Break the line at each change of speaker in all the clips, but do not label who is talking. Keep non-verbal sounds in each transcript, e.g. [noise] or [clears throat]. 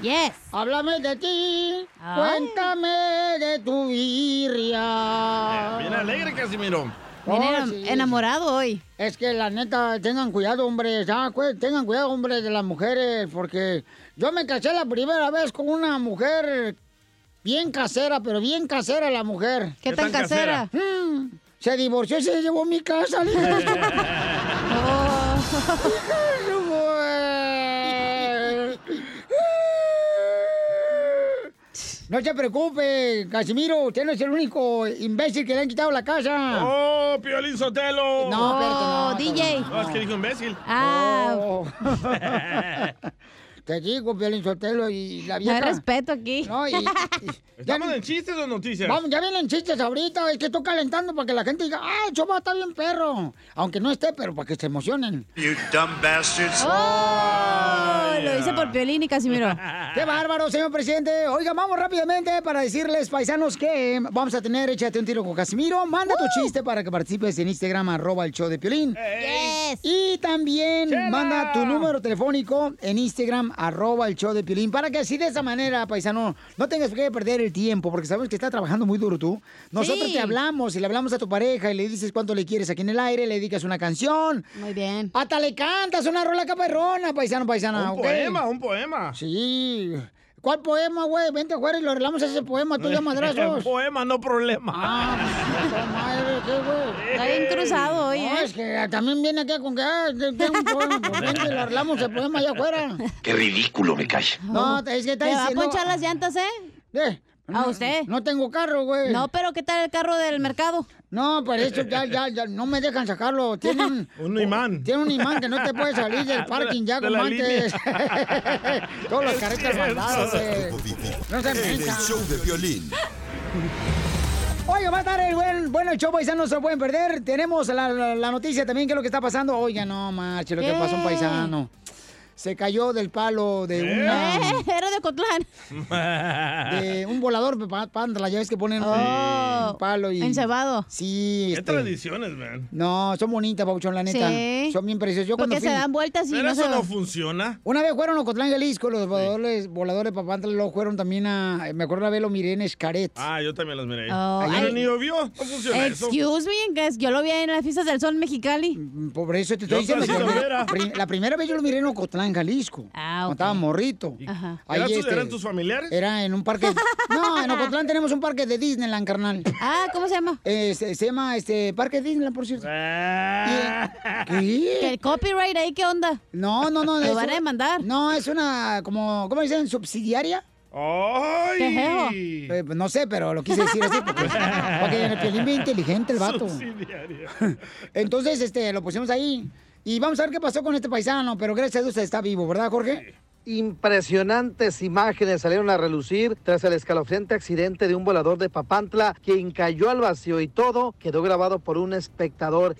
Yes.
Háblame de ti,
Ay.
cuéntame de tu
Eh,
birria.
Bien alegre, Casimiro.
Viene enam- enamorado hoy.
Es que la neta, tengan cuidado, hombre. ya, cu- Tengan cuidado, hombre, de las mujeres, porque yo me casé la primera vez con una mujer bien casera, pero bien casera la mujer.
¿Qué, tan casera?
Mm, se divorció y se llevó mi casa. le dije. Hija de su madre. No se preocupe, Casimiro, usted no es el único imbécil que le han quitado la casa.
¡Oh, Piolín Sotelo! Ah.
No, espérate, no,
Oh,
no,
DJ.
No, es que dijo imbécil.
Ah,
[laughs]
Oh. [laughs] Te digo, Piolín Sotelo y la
no hay
vieja.
respeto aquí.
No, y, y- ya,
[laughs] ¿Estamos en chistes o noticias?
vamos, ya vienen chistes ahorita, es que estoy calentando para que la gente diga, ah, el Chopa está bien perro. Aunque no esté, pero para que se emocionen.
You dumb bastards.
Oh, lo hice por Piolín y Casimiro.
Qué bárbaro, señor presidente. Oiga, vamos rápidamente para decirles, paisanos, que vamos a tener Échate un tiro con Casimiro. Manda tu chiste para que participes en Instagram, arroba el show de Piolín.
Yes.
Y también
¡Chela!
manda tu número telefónico en Instagram, arroba el show de Piolín, para que así de esa manera, paisano, no tengas que perder el tiempo, porque sabemos que está trabajando muy duro tú. Nosotros
Sí.
te hablamos y le hablamos a tu pareja y le dices cuánto le quieres aquí en el aire, le dedicas una canción,
Muy bien.
hasta le cantas una rola caperrona, paisano, paisana.
un
¿ok?
poema, un poema.
Sí. ¿Cuál poema, güey? Vente a jugar y lo arreglamos ese poema, tú ya
[laughs] Un
madrazos.
poema, no problema.
Ah, puta madre, qué güey.
Está bien cruzado hoy,
No,
¿eh?
es que también viene aquí con que, ah, que tengo un problema,
[laughs]
pues vente, lo arreglamos el problema allá afuera.
Qué ridículo me cae.
No, es que está
Te va a
diciendo-
ponchar las llantas, ¿eh?
Eh,
¿A usted?
No tengo carro, güey.
No, pero ¿qué tal el carro del mercado?
No, pero esto ya, ya, ya, no me dejan
[laughs]
sacarlo. Tiene un,
Un imán.
tiene un imán que no te puede salir del parking ya
[laughs] De
con
la
antes. este- [laughs] Todos los
[laughs] Es
caretas
cierto.
mandados, eh. güey. No se
En el
piensa.
show de violín.
Oiga, va a estar el buen, bueno, el show paisano, no se lo pueden perder. Tenemos la, la- la noticia también, que es lo que está pasando. Oiga, no, macho, lo que
¿Qué?
pasó a un paisano. Se cayó del palo de, una,
Eh, [laughs] Era de Cotlán.
de un volador pa- pándala, ya ves que ponen
Oh,
un palo y...
encebado.
Sí,
Qué
este,
tradiciones, man.
No, son bonitas, Pauchón, la neta.
Sí.
Son bien preciosas. Yo cuando
Porque se
fui-
dan vueltas y
Pero
no se
eso no
va.
funciona.
Una vez fueron a Ocotlán, Jalisco, los voladores, voladores de Papantla, luego fueron también a... Me acuerdo una vez lo miré en Escaret.
Ah, yo también las miré. ahí.
Oh,
Ayer
ay.
ni llovió, no funciona eso.
Excuse me, guys, yo lo vi en las fiestas del sol en Mexicali.
Por eso te estoy
Yo
diciendo
casi
que
lo viera.
pri- la primera vez yo lo miré en Ocotlán, Jalisco.
Ah,
Cuando
ok.
estaba morrito.
Ajá.
Ahí,
¿Eran, tus-
este,
eran tus familiares?
era en un parque.
[laughs]
No, en Ocotlán tenemos un parque de Disneyland, carnal.
Ah, ¿cómo se llama?
Eh, se, se llama este Parque Disneyland, por cierto.
Ah.
Que
¿Qué?
el copyright ahí, ¿qué onda?
No, no, no.
Lo
es
van a
un-
demandar.
No, es una, como, ¿cómo dicen? ¿Subsidiaria?
¡Ay!
Qué feo.
Eh, pues no sé, pero lo quise decir así porque, [laughs] porque en el Piolín bien inteligente el vato.
Subsidiaria.
[laughs] Entonces, este, lo pusimos ahí. Y vamos a ver qué pasó con este paisano, pero gracias a Dios está vivo, ¿verdad, Jorge?
Impresionantes imágenes salieron a relucir tras el escalofriante accidente de un volador de Papantla quien cayó al vacío y todo quedó grabado por un espectador.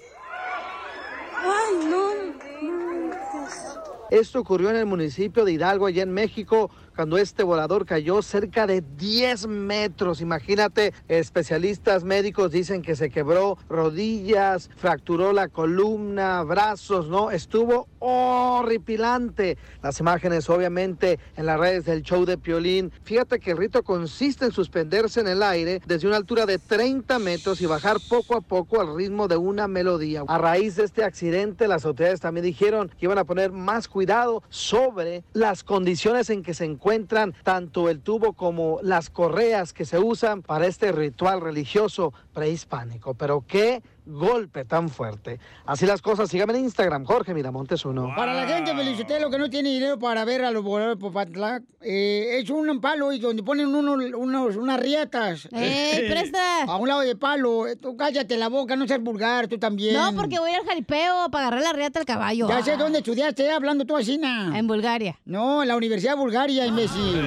Esto ocurrió en el municipio de Hidalgo, allá en México, cuando este volador cayó cerca de 10 metros. Imagínate, especialistas médicos dicen que se quebró rodillas, fracturó la columna, brazos, ¿no? Estuvo horripilante. Las imágenes, obviamente, en las redes del show de Piolín. Fíjate que el rito consiste en suspenderse en el aire desde una altura de 30 metros y bajar poco a poco al ritmo de una melodía. A raíz de este accidente, las autoridades también dijeron que iban a poner más cuidado sobre las condiciones en que se encuentran tanto el tubo como las correas que se usan para este ritual religioso prehispánico. Pero qué golpe tan fuerte. Así las cosas, síganme en Instagram, Jorge Miramontes uno.
Para la gente, Felicitelo, que no tiene dinero para ver a los voladores por Patla, eh, es un palo y donde ponen unos, unos- unas rietas.
¡Ey, Eh, presta!
A un lado de palo, Eh, tú cállate la boca, no seas vulgar, tú también.
No, porque voy a ir al jaripeo para agarrar la riata al caballo.
Ya sé dónde estudiaste, eh, hablando tú así, na.
En Bulgaria.
No, en la Universidad de
[laughs]
Bulgaria, imbécil.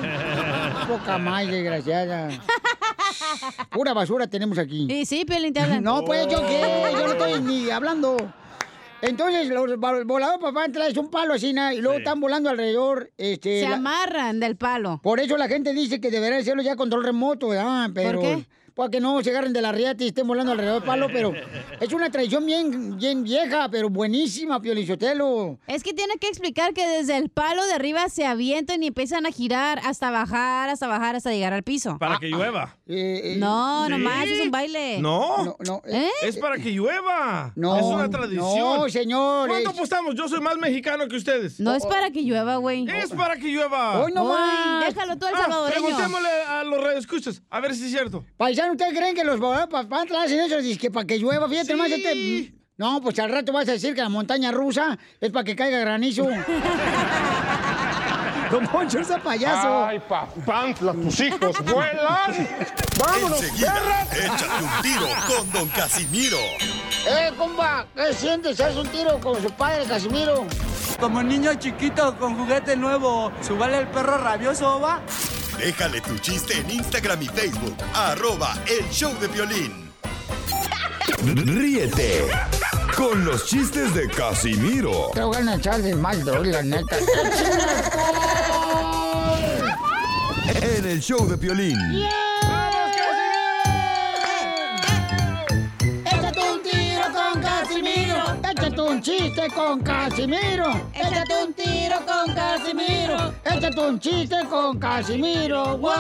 Poca más, desgraciada. Pura basura tenemos aquí.
Y sí, Piolín, te hablan.
No, pues yo qué, yo no estoy ni hablando. Entonces, los va- voladores papá traes un palo así, na, y luego están volando alrededor. Este,
Se
la-
amarran del palo.
Por eso la gente dice que debería hacerlo ya control remoto, ¿verdad? Pero
qué?
para que no se agarren de la riata y estén volando alrededor del palo, pero es una tradición bien, bien vieja, pero buenísima, Piolichotelo.
[laughs] Es que tiene que explicar que desde el palo de arriba se avientan y empiezan a girar hasta bajar, hasta bajar, hasta llegar al piso. Ah,
Para que llueva.
No,
¿Sí?
nomás es un baile.
No.
Eh, No, no,
¿Eh?
Es para que llueva.
No,
Es una tradición.
no, señores.
¿Cuánto apostamos? Yo soy más mexicano que ustedes. Oh,
No es para que llueva, güey.
Es para que llueva.
Hoy no
Ay,
más.
déjalo tú al
Ah,
salvadoreño.
preguntémosle a los radioescuchas, a ver si es cierto.
Paisano, ¿ustedes creen que los papantlas hacen eso? Dice que para que llueva, fíjate,
Sí.
más este... No, pues al rato vas a decir que la montaña rusa es para que caiga
[laughs]
granizo. Don Poncho, ese payaso.
papantla, tus hijos vuelan.
Enseguida, échate un tiro con Don Casimiro.
¡Eh, compa! ¿Qué sientes? ¿Haz un tiro con su padre, Casimiro?
Como niño chiquito con juguete nuevo, ¿subale el perro rabioso, va?
Déjale tu chiste en Instagram y Facebook. Arroba El Show de Violín. Ríete con los chistes de Casimiro
Te voy a echar de mal, droga, la neta.
en El Show de Violín.
¡Échate un tiro con Casimiro! ¡Échate un chiste con Casimiro! ¡Échate un tiro con Casimiro! ¡Échate un chiste con Casimiro! ¡Wow!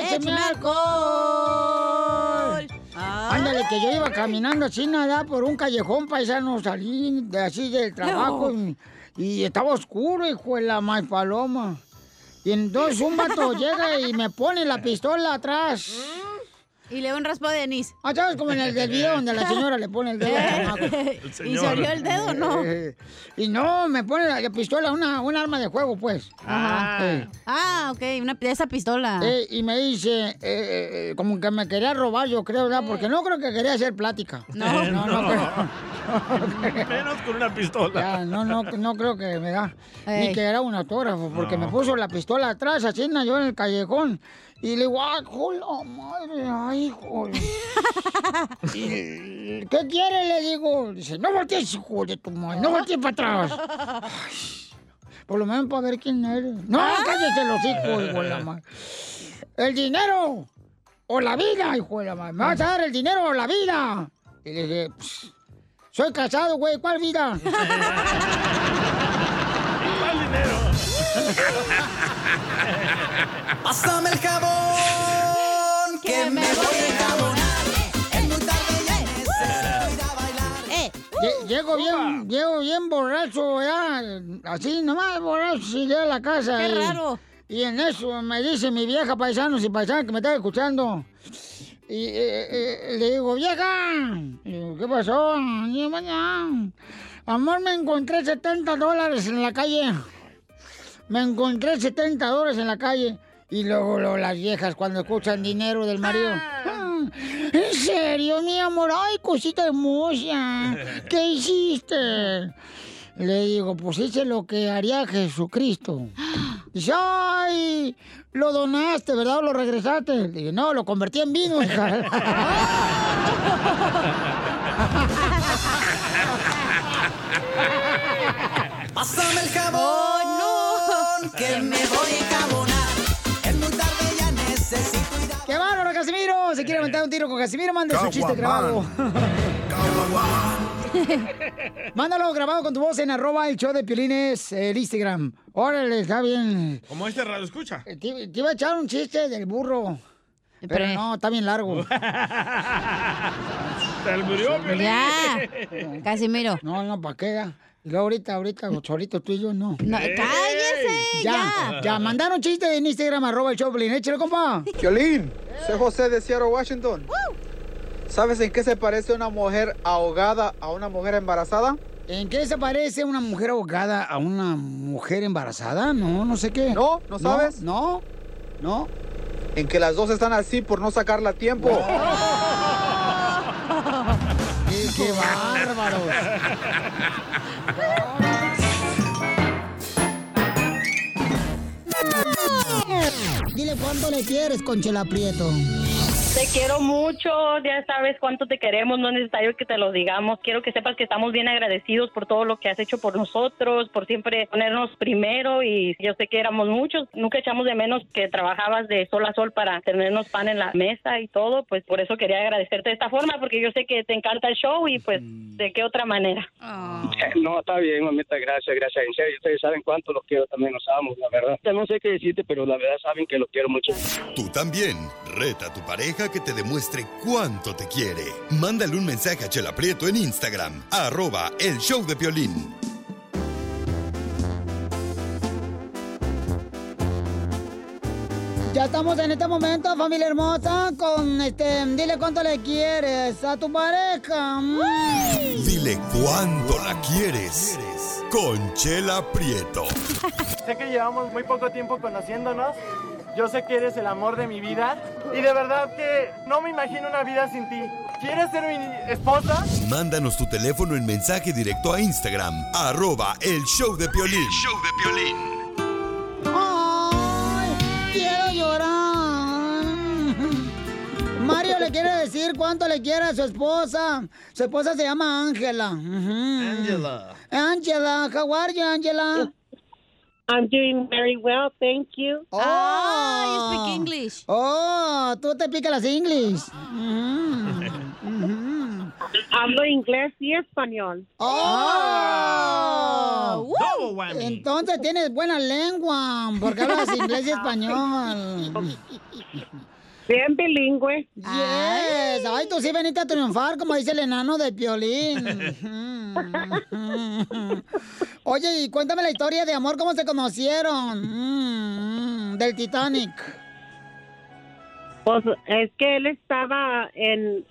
¡Échame
Échame
alcohol!
Ah,
Ándale, que yo iba caminando así nada por un callejón paisano, salí de así del trabajo y, y estaba oscuro, hijo de la más paloma. Y entonces un vato [laughs] llega y me pone la pistola atrás.
y le un raspo de anís.
Ah, ¿sabes? Como en el del video donde la señora le pone el
[laughs]
dedo al chamaco.
y se
señor.
olió el dedo, ¿no?
Eh, y no, me pone la, la pistola, una, un arma de juego, pues. Eh,
Ah, ok, una, de esa pistola.
eh, y me dice, eh, eh, eh, como que me quería robar, yo creo, ¿verdad? Porque no creo que quería hacer plática.
No.
no, no, creo.
[laughs] Menos con una pistola.
Ya, [laughs] no, no, no creo que me da.
Ey.
Ni que era un autógrafo, porque me puso la pistola atrás, así na, yo en el callejón. Y le digo, ¡ay, jola madre! ¡Ay, jola!
[laughs]
Y, ¿Qué quiere? Le digo. Dice, no voltees, hijo de tu madre, no voltees para atrás. Ay, por lo menos para ver quién eres. ¡No, cállate los hijos, hijo de la
Ah.
madre! ¡El dinero! ¡O la vida, hijo de la madre! ¿Me vas a dar el dinero o la vida? Y le dije, "Pss, soy casado, güey, ¿cuál vida?
Más dinero.
¡Pásame el jabón! ¡Que me voy a enjabonar! Es muy tarde ya necesito ir a bailar.
Eh,
Lle- Llego bien, llego bien borracho, ya, así nomás borracho, llegué a la casa.
Qué
y,
raro.
Y en eso me dice mi vieja paisanos y paisanas que me está escuchando. Y eh, eh, le digo, vieja, y digo, ¿qué pasó? Y yo, "Maña, Amor, me encontré 70 dólares en la calle. Me encontré 70 dólares en la calle. Y luego, luego las viejas cuando escuchan dinero del marido. "Ah, ¿En serio, mi amor? Ay, cosita hermosa. ¿Qué hiciste? Le digo, pues hice lo que haría Jesucristo. Dice, ay, lo donaste, ¿verdad? ¿O lo regresaste? Le dije, no, lo convertí en vino, hija.
¡Pásame el jabón!
Oh,
no! ¡Que me voy a enjabonar! Es muy tarde ya necesito ir a
¡Qué bárbaro, Casimiro! ¿Se quiere aventar un tiro con Casimiro? Mande su chiste grabado.
Caguamán.
[laughs] Mándalo grabado con tu voz en arroba el show de Piolines, eh, el Instagram. Órale, está bien.
Como este radio escucha.
Eh, Te, te iba a echar un chiste del burro. Pero
Pero- eh.
no, está bien largo.
Se le murió, Piolín.
ya. [laughs] Casimiro.
No, no, ¿para qué? ya? Y luego ahorita, ahorita, solito tú y yo, no.
No, cállese,
Ya, ya, mandaron chiste en Instagram, arroba el show de Piolín. Échale,
[laughs]
compa.
Violín, soy José de Seattle, Washington. ¿Sabes en qué se parece una mujer ahogada a una mujer embarazada?
¿En qué se parece una mujer ahogada a una mujer embarazada? No, no sé qué.
No, ¿no sabes?
No, no.
En que las dos están así por no sacarla a tiempo.
¡Qué, qué
[laughs]
bárbaros! Dile cuánto le quieres, Conchela Prieto.
Te quiero mucho, ya sabes cuánto te queremos, no es necesario que te lo digamos. Quiero que sepas que estamos bien agradecidos por todo lo que has hecho por nosotros, por siempre ponernos primero y yo sé que éramos muchos, nunca echamos de menos que trabajabas de sol a sol para tenernos pan en la mesa y todo, pues por eso quería agradecerte de esta forma porque yo sé que te encanta el show y pues de qué otra manera.
Ah. [laughs]
[laughs] No, está bien, mamita, gracias, gracias. En serio, ustedes saben cuánto los quiero, también los amo, la verdad. Ya no sé qué decirte, pero la verdad saben que los quiero mucho.
Tú también. Reta a tu pareja que te demuestre cuánto te quiere. Mándale un mensaje a Chela Prieto en Instagram. Arroba el show de violín.
Ya estamos en este momento, familia hermosa, con este, dile cuánto le quieres a tu pareja. Mm,
Dile cuánto la quieres. Con Chela Prieto.
Sé que llevamos muy poco tiempo conociéndonos. Yo sé que eres el amor de mi vida. Y de verdad que no me imagino una vida sin ti. ¿Quieres ser mi esposa?
Mándanos tu teléfono en mensaje directo a Instagram. Arroba el show de violín. show de violín.
Ay, quiero llorar. Mario le quiere decir cuánto le quiere a su esposa. Su esposa se llama Ángela. Ángela. Ángela, how are you, Ángela?
I'm doing very well, thank you.
Oh,
Ah,
you speak English. Oh, tú te picas las English.
[laughs] Hablo inglés y español.
Oh. Entonces tienes buena lengua, porque hablas [laughs] inglés y español.
Bien bilingüe.
Yes. Ay, tú sí veniste a triunfar, como dice el enano de
[laughs]
Piolín. Mm. Oye, y cuéntame la historia de amor, cómo se conocieron. Mm, mm, Del Titanic.
Pues es que él estaba en,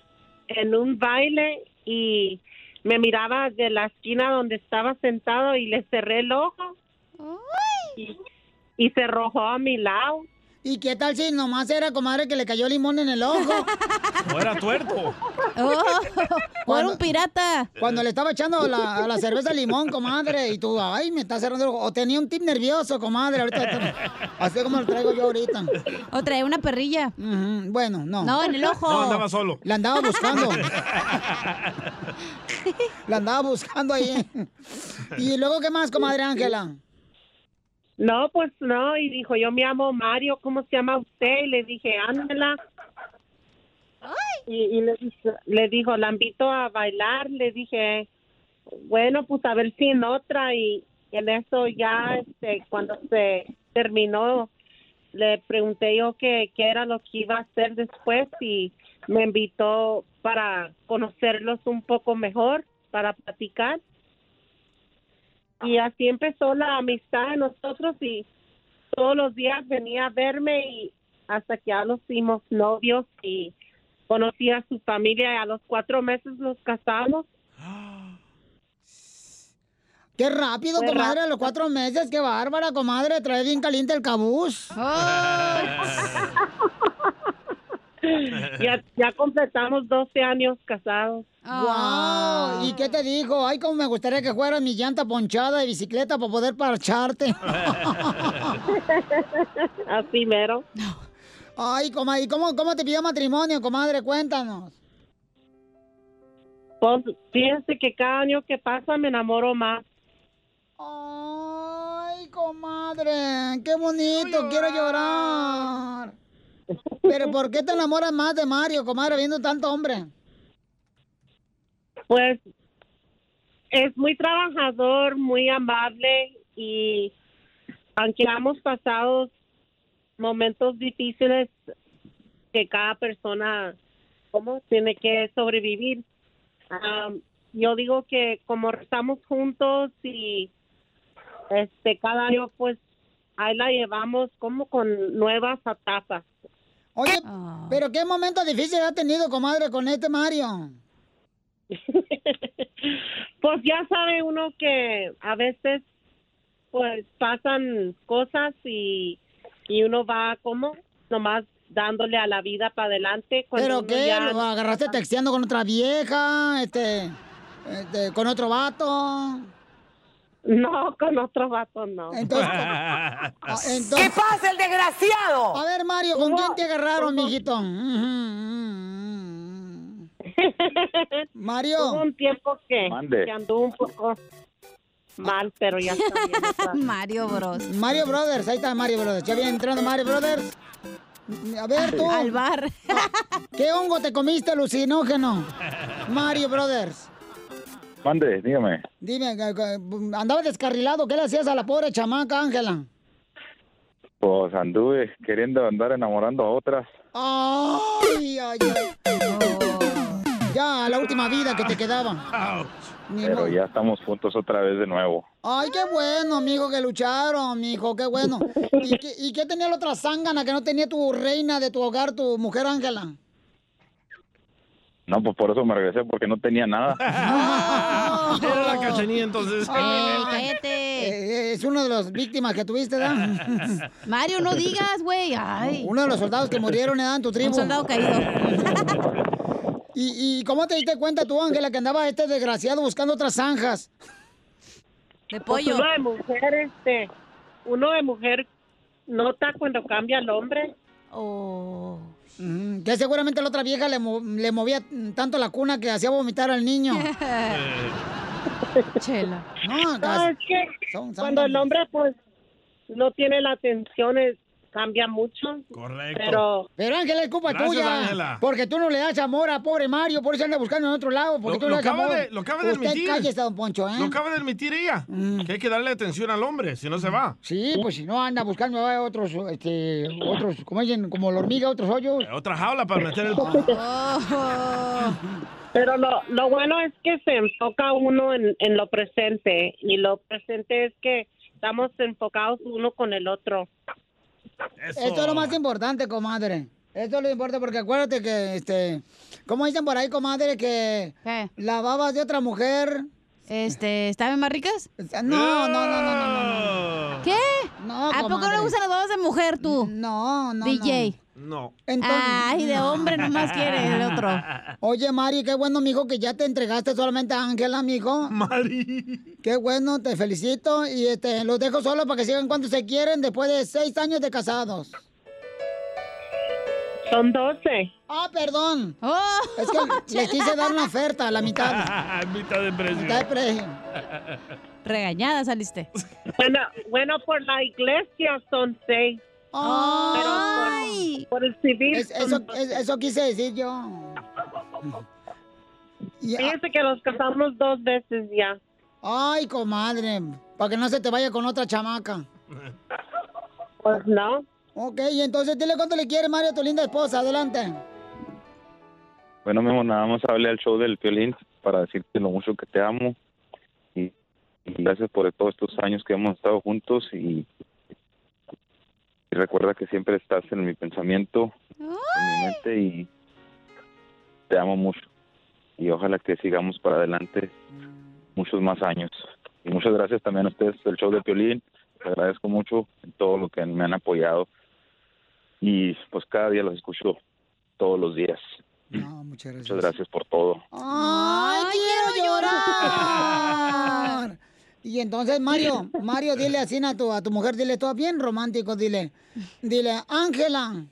en un baile y me miraba de la esquina donde estaba sentado y le cerré el ojo. Y, y se rojó a mi lado.
¿Y qué tal si nomás era comadre que le cayó limón en el [laughs] ojo?
O era
[laughs]
tuerto.
o era Oh. un pirata. Cuando le estaba echando la- a la cerveza limón, comadre, y tú, ay, me está cerrando el ojo. O tenía un tip nervioso, comadre,
[laughs]
ahorita. Así como lo traigo yo ahorita. O trae una perrilla. Bueno, no.
No, en el ojo.
No, andaba solo.
La andaba
[laughs]
buscando. la andaba buscando
[laughs]
ahí. ¿Y luego qué más, comadre Ángela?
No, pues no. Y dijo, yo me llamo Mario, ¿cómo se llama usted? Y le dije, Ángela. Y, y le, dijo- le dijo, la invito a bailar. Le dije, bueno, pues a ver si en otra. Y en eso ya, este, cuando se terminó, le pregunté yo qué, qué era lo que iba a hacer después y me invitó para conocerlos un poco mejor, para platicar. Y así empezó la amistad de nosotros y todos los días venía a verme y hasta que ya nos hicimos novios y conocí a su familia y a los cuatro meses nos casamos.
Qué rápido,
Fue
comadre,
rápido.
a los cuatro meses. Qué bárbara, comadre, trae bien caliente el cabús.
[laughs] Ya, ya completamos 12 años casados.
¡Wow! ¿Y qué te dijo? Ay, como me gustaría que fuera mi llanta ponchada de bicicleta para poder parcharte.
[laughs] Así mero.
Ay, comadre, ¿y cómo, cómo te pidió matrimonio, comadre? Cuéntanos.
Pues fíjense que cada año que pasa me enamoro más.
Ay, comadre, qué bonito, quiero llorar. Pero ¿por qué te enamoras más de Mario, comadre, viendo tanto hombre?
Pues es muy trabajador, muy amable y aunque hemos pasado momentos difíciles que cada persona ¿cómo? tiene que sobrevivir, am, yo digo que como estamos juntos y este cada año pues ahí la llevamos como con nuevas etapas.
Oye,
Ah.
pero qué momento difícil ha tenido, comadre, con este Mario.
[laughs] pues ya sabe uno que a veces pues pasan cosas y, y uno va como nomás dándole a la vida para adelante. cuando
¿Pero
pues, uno
qué?
ya-
¿Lo agarraste texteando con otra vieja? Este, este, ¿Con otro vato?
No, con otro vato no.
Entonces, ah,
Ah, ¿Qué pasa, el desgraciado?
A ver, Mario, ¿con
Hubo-
quién te agarraron,
hubo-
mijito?
[laughs]
Mario.
Hubo un tiempo que,
Mande.
que anduvo un poco mal, pero ya está bien.
[laughs]
otra vez.
Mario Bros.
Mario Brothers, ahí está Mario Brothers. Ya viene entrando Mario Brothers. A ver tú.
Al bar.
[laughs] ¿Qué hongo te comiste,
[laughs]
alucinógeno? Mario Brothers.
Mande, dígame.
Dime, eh, eh, andaba descarrilado. ¿Qué le hacías a la pobre chamaca, Ángela?
Pues anduve queriendo andar enamorando a otras.
Ay, ay, ay. Ya, la última vida que te quedaba. Ni
Pero
modo.
ya estamos juntos otra vez de nuevo.
Ay, qué bueno, amigo, que lucharon, mijo, qué bueno. ¿Y qué, y qué tenía la otra zángana que no tenía tu reina de tu hogar, tu mujer Ángela?
No, pues por eso me regresé, porque no tenía nada.
Ah,
[laughs]
Era la cachanilla entonces.
Ay, Eh, eh, Es una de las víctimas que tuviste, ¿verdad?
[laughs] Mario, no digas, güey. Ay.
Uno de los soldados que murieron, ¿verdad? En tu tribu.
Un soldado caído.
[laughs] ¿Y, y cómo te diste cuenta tú, Ángela, que andaba este desgraciado buscando otras zanjas?
De
Pues uno de mujer, este, uno de mujer nota cuando cambia el hombre.
Oh. Mm, Que seguramente la otra vieja le, mo- le movía mm, tanto la cuna que hacía vomitar al niño.
Chela.
No,
No, Ah, es que cuando el hombre pues no tiene la atención es- cambia mucho.
Correcto.
Pero
Pero Ángela es culpa
Gracias,
tuya.
Ángela.
Porque tú no le das amor a pobre Mario, por eso anda buscando en otro lado, porque
Lo-
tú
lo
le das
acaba
amor.
de- lo acaba de
Usted
admitir.
cállese, don Poncho, ¿eh? Mm.
Lo acaba de admitir ella, que hay que darle atención al hombre, si no se va.
Sí, pues si no anda buscando eh, otros, este, otros, como dicen, como la hormiga, otros
[laughs]
hoyos. Oh.
Otra jaula para meter el...
Pero lo, lo bueno es que se enfoca uno en, en lo presente y lo presente es que estamos enfocados uno con el otro.
Esto
[laughs]
es lo más importante, comadre. Esto es lo importante porque acuérdate que, este, como dicen por ahí, comadre, que las babas de otra mujer.
Este, ¿estaban más ricas? Ah.
No, no, no, no, no, no.
¿Qué?
[laughs] No,
¿A poco
comadre.
no usan las babas de mujer tú?
No, no.
DJ.
No.
Ay, de hombre nomás quiere el
[laughs]
otro.
Oye, Mari, qué bueno, mijo, que ya te entregaste solamente a Ángela, mijo.
Mari.
Qué bueno, te felicito. Y este, los dejo solos para que sigan cuando se quieren después de seis años de casados.
Son 12.
Ah, perdón.
Oh.
es
[laughs]
que les quise dar una oferta, la mitad.
Mitad de precio.
Mitad de precio.
Regañada saliste.
Bueno, bueno por la iglesia son seis.
Ay.
Pero por, por el civil.
Es- eso, es- eso quise decir yo.
Fíjense que los casamos dos veces ya.
Ay, comadre, para que no se te vaya con otra chamaca.
Pues no.
Ok, y entonces dile cuánto le quiere Mario a tu linda esposa. Adelante.
Bueno, mismo nada más hablé al show del violín para decirte lo mucho que te amo. Y, y gracias por todos estos años que hemos estado juntos. Y, y recuerda que siempre estás en mi pensamiento, en mi mente. Y te amo mucho. Y ojalá que sigamos para adelante muchos más años. Y muchas gracias también a ustedes del show del violín. Te agradezco mucho todo lo que me han apoyado. Y pues cada día los escucho todos los días.
muchas gracias.
Muchas gracias por todo.
Ay, quiero llorar. [laughs] Y entonces, Mario, Mario, dile así a tu, a tu mujer, dile todo bien romántico, dile. Dile, Ángela,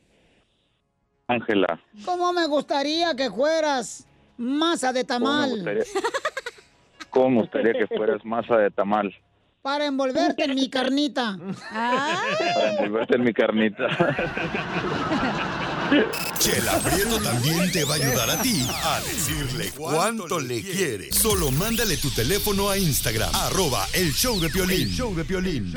Ángela,
¿cómo me gustaría que fueras masa de
¿cómo me
tamal
gustaría, cómo me gustaría que fueras masa de tamal
para envolverte en mi carnita?
para envolverte en mi
[laughs]
carnita?
Chela Prieto también te va a ayudar a ti a decirle cuánto le quiere. Solo mándale tu teléfono a Instagram, arroba el show de Piolín. show de Piolín.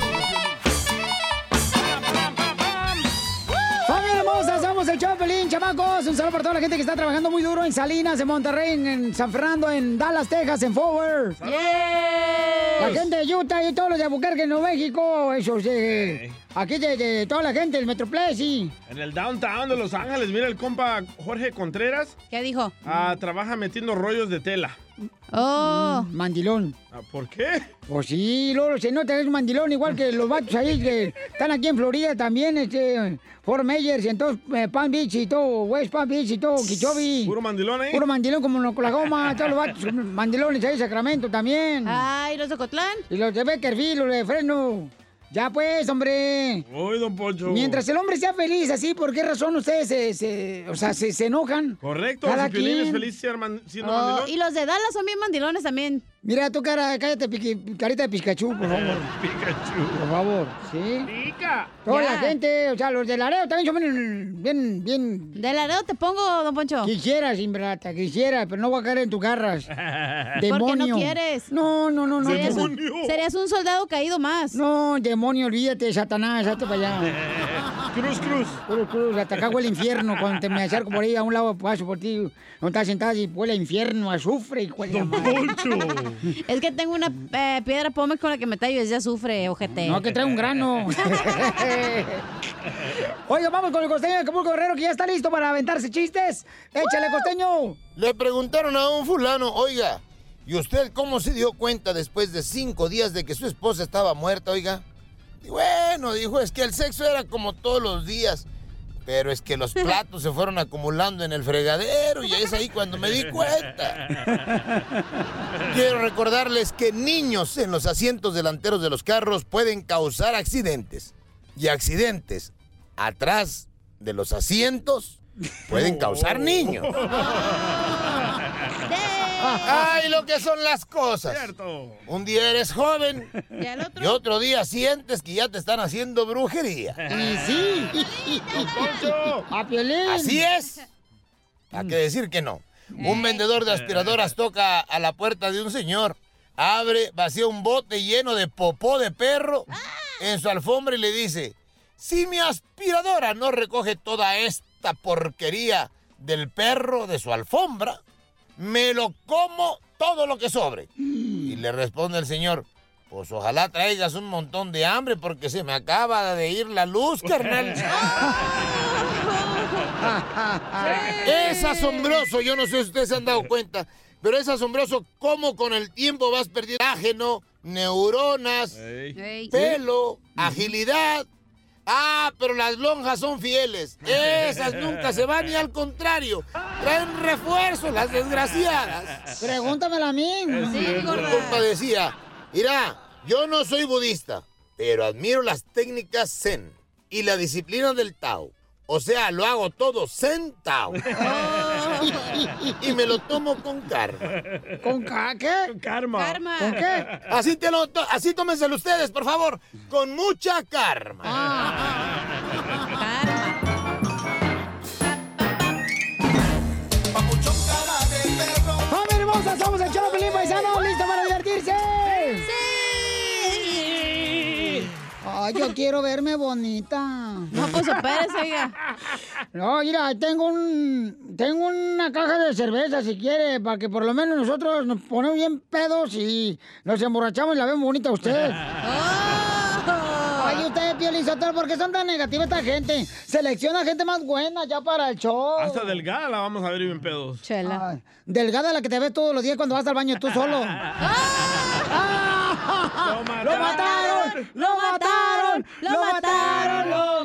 ¡Familia hermosa! Somos el Chapelín, chamacos. Un saludo para toda la gente que está trabajando muy duro en Salinas, en Monterrey, en, en San Fernando, en Dallas, Texas, en Forward. La gente de Utah y todos los de Albuquerque, en Nuevo México, esos de... Aquí de, de toda la gente, del Metroplex y...
En el downtown de Los Ángeles, mira el compa Jorge Contreras.
¿Qué dijo?
Ah, trabaja metiendo rollos de tela. Ah,
Oh.
Mm, Mandilón.
¿Por qué?
Pues sí, Lolo, se nota que es mandilón, igual que los vatos ahí que están aquí en Florida también, este, Fort Myers, entonces eh, Palm Beach y todo, West Palm Beach y todo, Kichobi.
¿Puro mandilón ¿eh? ahí?
Puro mandilón como en Oklahoma, todos los vatos mandilones ahí, Sacramento también.
Ah, ¿y los de Cotlán?
Y los de Beckerfield, los de Fresno. Ya pues, hombre.
Uy, don Poncho.
Mientras el hombre sea feliz, así, ¿por qué razón ustedes se, se- o sea, se, se enojan?
Correcto,
Cada
si Piolín es
quien.
feliz ser man- siendo
Oh,
mandilón.
y los de Dallas son bien mandilones también.
Mira tu cara, cállate, piqui- carita de Pikachu, por favor.
Pikachu.
Por favor, ¿sí? Toda
Ya.
la gente, o sea, los de Laredo también son bien, bien, bien...
¿De Laredo te pongo, don Poncho?
Quisieras, Imbrata, quisieras, pero no voy a caer en tus
[laughs]
garras.
Porque no
Demonio.
quieres.
No, no, no, no.
Serías un,
Demonio.
serías un soldado caído más.
No, demonio, olvídate, Satanás, hazte
[laughs]
para allá.
Cruz, cruz.
Cruz, cruz, hasta acá huele infierno. Cuando te me acerco por ahí, a un lado paso por ti, no estás sentada y huele a infierno, azufre y huele a madre. [laughs]
Es que tengo una eh, piedra pómez con la que me tallo y ya sufre, ojete.
No, que trae un
[laughs]
grano. [laughs] Oiga, vamos con el costeño de Acapulco Guerrero, que ya está listo para aventarse chistes. Échale, costeño.
Le preguntaron a un fulano, oiga, ¿y usted cómo se dio cuenta después de cinco días de que su esposa estaba muerta, oiga? Y bueno, dijo, es que el sexo era como todos los días, pero es que los platos se fueron acumulando en el fregadero y es ahí cuando me di cuenta. Quiero recordarles que niños en los asientos delanteros de los carros pueden causar accidentes. Y accidentes atrás de los asientos pueden causar
[laughs]
niños. ¡Ay, lo que son las cosas! Un día eres joven y, otro? día sientes que ya te están haciendo brujería.
Y sí. A Piolín.
Así es. ¿A qué decir que no?
Eh.
Un vendedor de aspiradoras toca a la puerta de un señor, abre, vacía un bote lleno de popó de perro en su alfombra y le dice, si mi aspiradora no recoge toda esta porquería del perro de su alfombra, me lo como todo lo que sobre. Y le responde el señor, pues ojalá traigas un montón de hambre porque se me acaba de ir la luz, carnal. es asombroso, yo no sé si ustedes se han dado cuenta, pero es asombroso cómo con el tiempo vas perdiendo ágeno, neuronas,
Ey.
pelo, agilidad. Ah, pero las lonjas son fieles. Esas nunca se van y al contrario, traen refuerzos las desgraciadas.
Pregúntamela a mí.
Mi compa decía, mira, yo no soy budista, pero admiro las técnicas zen y la disciplina del Tao. O sea, lo hago todo zen Tao. [laughs] y me lo tomo con karma.
¿Con qué? Con
karma.
Karma.
¿Con qué?
Así, te lo to- así tómenselo ustedes, por favor, con mucha karma.
¡Familia hermosa! ¡Somos el Cholo Pelín Paisano! ¡Listo para divertirse! ¡Sí! Ay, yo quiero verme bonita.
No, pues espérese, oiga.
No, mira, tengo un. Tengo una caja de cerveza si quiere, para que por lo menos nosotros nos ponemos bien pedos y nos emborrachamos y la vemos bonita a usted.
Oh.
Ay, ustedes, Piolizotero, ¿por qué son tan negativos esta gente? Selecciona gente más buena ya para el show.
Hasta delgada la vamos a ver bien pedos.
Ay, delgada la que te ve todos los días cuando vas al baño tú solo.
[laughs]
¡Lo mataron! ¡Lo mataron! ¡Lo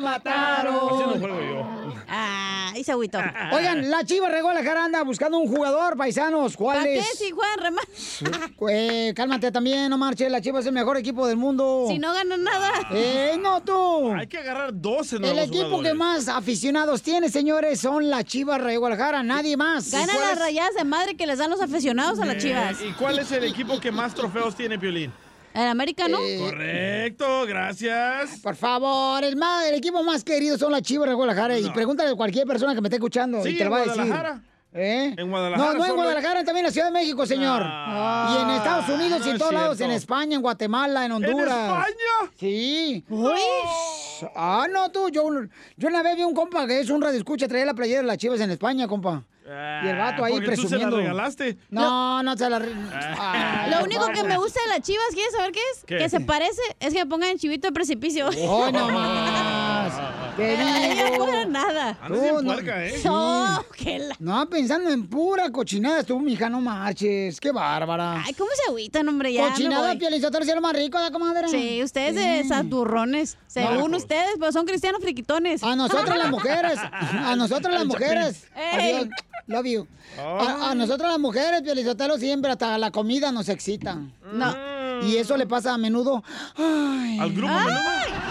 mataron! ¡Lo mataron!
Ah, y se agüitó.
Oigan, la Chiva regó la anda buscando un jugador, paisanos. ¿Cuál
¿Para qué
es?
si juegan remar?
Eh, cálmate también, no marches. La Chiva es el mejor equipo del mundo.
[laughs] Si no ganan nada.
¡Eh, no tú!
Hay que agarrar 12
El
nuevos
equipo
jugadores.
que más aficionados tiene, señores, son las Chivas de Guadalajara, nadie más.
Ganan las rayadas de madre que les dan los aficionados a las chivas.
Eh, ¿Y cuál es el equipo que más trofeos tiene, Piolín?
El América, ¿no?
Eh,
Correcto, gracias.
Por favor, el, más, el equipo más querido son las Chivas de Guadalajara. Y pregúntale a cualquier persona que me esté escuchando
Sí,
y te lo
en
va a decir.
Guadalajara.
¿Eh?
En
no,
Guadalajara.
no en
solo- Ah.
Guadalajara, también en la Ciudad de México, señor. y en Estados Unidos y
no
en
es
todos lados, en
cierto.
España, en Guatemala, en Honduras.
España?
Sí. Uy. Ah, no, tú, yo, yo una vez vi un compa que es un radio escucha, traía la playera de las Chivas en España, compa. Y el vato ahí
porque tú se la
presumiendo.
regalaste. Ah,
No, no se la re- Ay,
Lo único que
compa.
me gusta de las chivas, ¿quieres saber qué es?
¿Qué?
[laughs] Que se parece, es que me pongan el chivito de precipicio. [laughs]
¡Oh, no más!
Ella fuera nada.
Andas bien puerca, ¿eh?
No, que la-
No, pensando en pura cochinada, tú, mija, no marches. Qué bárbara.
Ay, ¿cómo se agüitan, hombre? Ya me
Cochinada,
voy.
pielizotero, si es lo más rico, ¿da, comadre?
Sí, ustedes de santurrones. Según
Nacos.
ustedes, pero son cristianos friquitones.
pues. A nosotras las mujeres,
[laughs]
a nosotras las mujeres. Adiós, love you. A, a nosotras las mujeres, Pielizotelo, siempre hasta la comida nos excita.
No.
Y eso le pasa a menudo. Ay.
¿Al grupo Ay, menudo?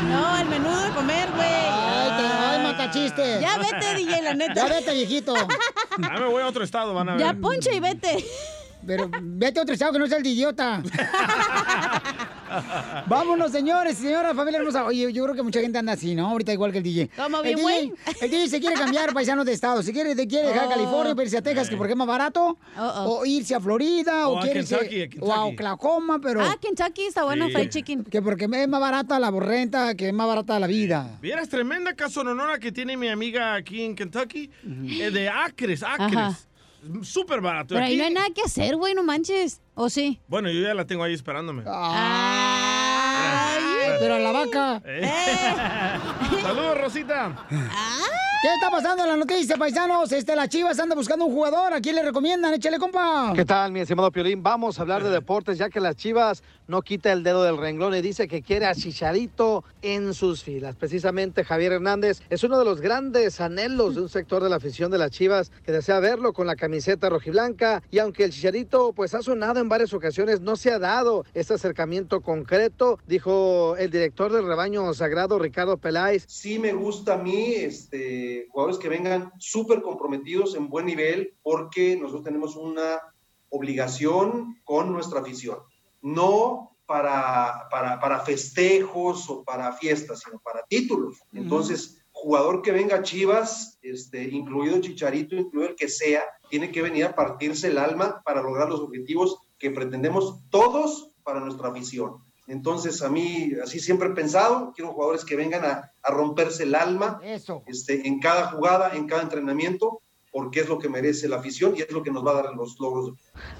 no, al menudo de comer, güey.
Ay, te- ay, mata chistes.
Ya vete, DJ, la neta.
Ya vete, viejito.
Ah, me voy a otro estado, van a ver.
Ya ponche y vete. Pero vete a otro estado que no sea el de idiota. Vámonos, señores, señora, familia hermosa. Oye, yo creo que mucha gente anda así, ¿no? Ahorita igual que el DJ.
Como
el
bien,
DJ,
güey.
el DJ se quiere cambiar paisanos de estado. Si quiere, te quiere dejar
Oh.
California para irse a Texas, que porque es más barato. O irse a Florida, o,
O a
quiere irse-
Kentucky,
o
a
a
Kentucky.
Oklahoma, pero.
Ah, Kentucky está bueno,
Sí.
fried chicken.
Que porque es más barata la borrenta, que es más barata la vida.
Vieras tremenda casononona que tiene mi amiga aquí en Kentucky, eh, de Acres, Acres.
Ajá.
Súper barato.
Pero ahí
Aquí-
no hay nada que hacer, güey, no manches. ¿O sí?
Bueno, yo ya la tengo ahí esperándome.
Pero a la vaca.
Eh.
Eh.
[laughs] Saludos, Rosita.
Ah. ¿Qué está pasando en la noticia, paisanos? Este, la Chivas anda buscando un jugador. ¿A quién le recomiendan? Échale, compa.
¿Qué tal, mi estimado Piolín? Vamos a hablar de deportes, ya que las Chivas no quita el dedo del renglón y dice que quiere a Chicharito en sus filas. Precisamente Javier Hernández es uno de los grandes anhelos de un sector de la afición de las Chivas que desea verlo con la camiseta rojiblanca. Y aunque el Chicharito pues ha sonado en varias ocasiones, no se ha dado este acercamiento concreto, dijo el director del rebaño sagrado Ricardo Peláez.
Sí me gusta a mí este, jugadores que vengan súper comprometidos en buen nivel porque nosotros tenemos una obligación con nuestra afición. No para, para, para festejos o para fiestas, sino para títulos. Entonces, jugador que venga a Chivas, este, incluido Chicharito, incluido el que sea, tiene que venir a partirse el alma para lograr los objetivos que pretendemos todos para nuestra afición. Entonces, a mí, así siempre he pensado, quiero jugadores que vengan a, a romperse el alma este, en cada jugada, en cada entrenamiento, porque es lo que merece la afición y es lo que nos va a dar los logros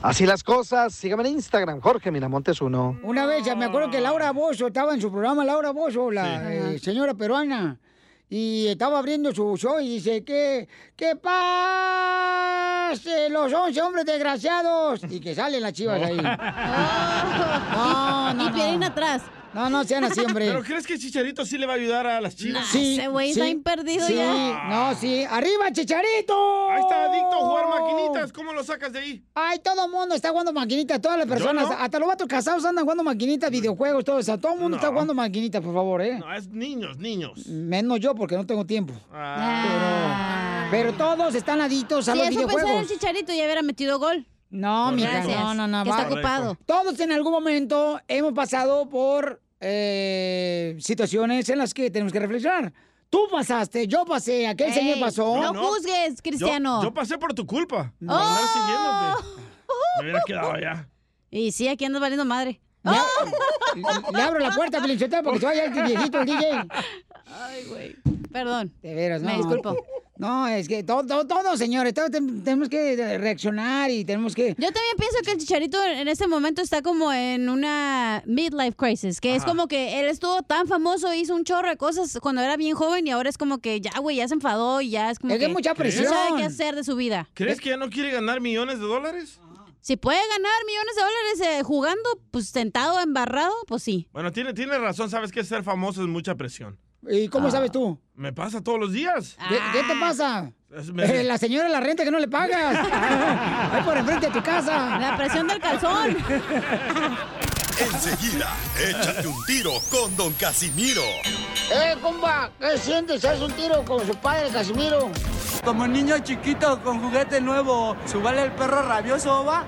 Así las cosas, síganme en Instagram, Jorge Miramontes 1.
Una vez, ya me acuerdo que Laura Bozo estaba en su programa, Laura Bozo, la eh, señora peruana, y estaba abriendo su show y dice que, que pase los 11 hombres desgraciados y que salen las chivas
[laughs]
ahí. No, no,
Y Piolín atrás.
No, no sean así, hombre.
¿Pero crees que Chicharito sí le va a ayudar a las chivas? Ah,
ese güey está imperdido
sí,
ya.
No, sí. ¡Arriba, Chicharito!
Ahí está adicto a jugar maquinitas. ¿Cómo lo sacas de ahí?
Ay, todo el mundo está jugando maquinitas, todas las personas,
no.
hasta los vatos casados andan jugando maquinitas, videojuegos, todo eso. Todo el mundo está jugando maquinitas, por favor, ¿eh?
No, es niños, niños.
Menos yo porque no tengo tiempo.
Ah.
Pero, pero todos están adictos a
Si
los
eso pensara el
videojuegos.
chicharito ya hubiera metido gol.
No, mija,
Gracias,
no, no, no.
que está
va.
ocupado.
Todos en algún momento hemos pasado por eh, situaciones en las que tenemos que reflexionar. Tú pasaste, yo pasé, aquel
Ey,
señor pasó.
No, juzgues, Cristiano.
Yo, yo pasé por tu culpa. Por
¡Oh!
andar
pues.
siguiéndote. Me hubiera quedado allá.
Y sí, aquí andas valiendo madre. ¡Oh!
Le abro la puerta, Felicitero, porque se vaya el viejito, el
[laughs]
DJ.
Ay, güey. Perdón.
De veras, no.
Me disculpo.
No, es que todo, todo, todo, señores, todo tem- tenemos que reaccionar y tenemos que...
Yo también pienso que el Chicharito en este momento está como en una midlife crisis, que es
Ajá.
como que él estuvo tan famoso, hizo un chorro de cosas cuando era bien joven y ahora es como que ya, güey, ya se enfadó y ya es como
Es que mucha
No sabe
presión.
qué hacer de su vida.
¿Crees que ya no quiere ganar millones de dólares?
Si puede ganar millones de dólares eh, jugando, pues sentado, embarrado, pues sí.
Bueno, tiene, tiene razón. Sabes que ser famoso es mucha presión. Ah,
¿Y cómo sabes tú?
Me pasa todos los días.
¿Qué, qué
Ah.
te pasa? [laughs]
Es- me- [laughs]
Eh, la señora de la renta que no le pagas. Ahí por enfrente de tu casa.
La presión del calzón.
Enseguida, échate un tiro con Don Casimiro.
[laughs] ¡Eh, compa! ¿Qué sientes? ¿Haz un tiro con su padre, Casimiro?
Como niño chiquito con juguete nuevo, subale el perro rabioso, va.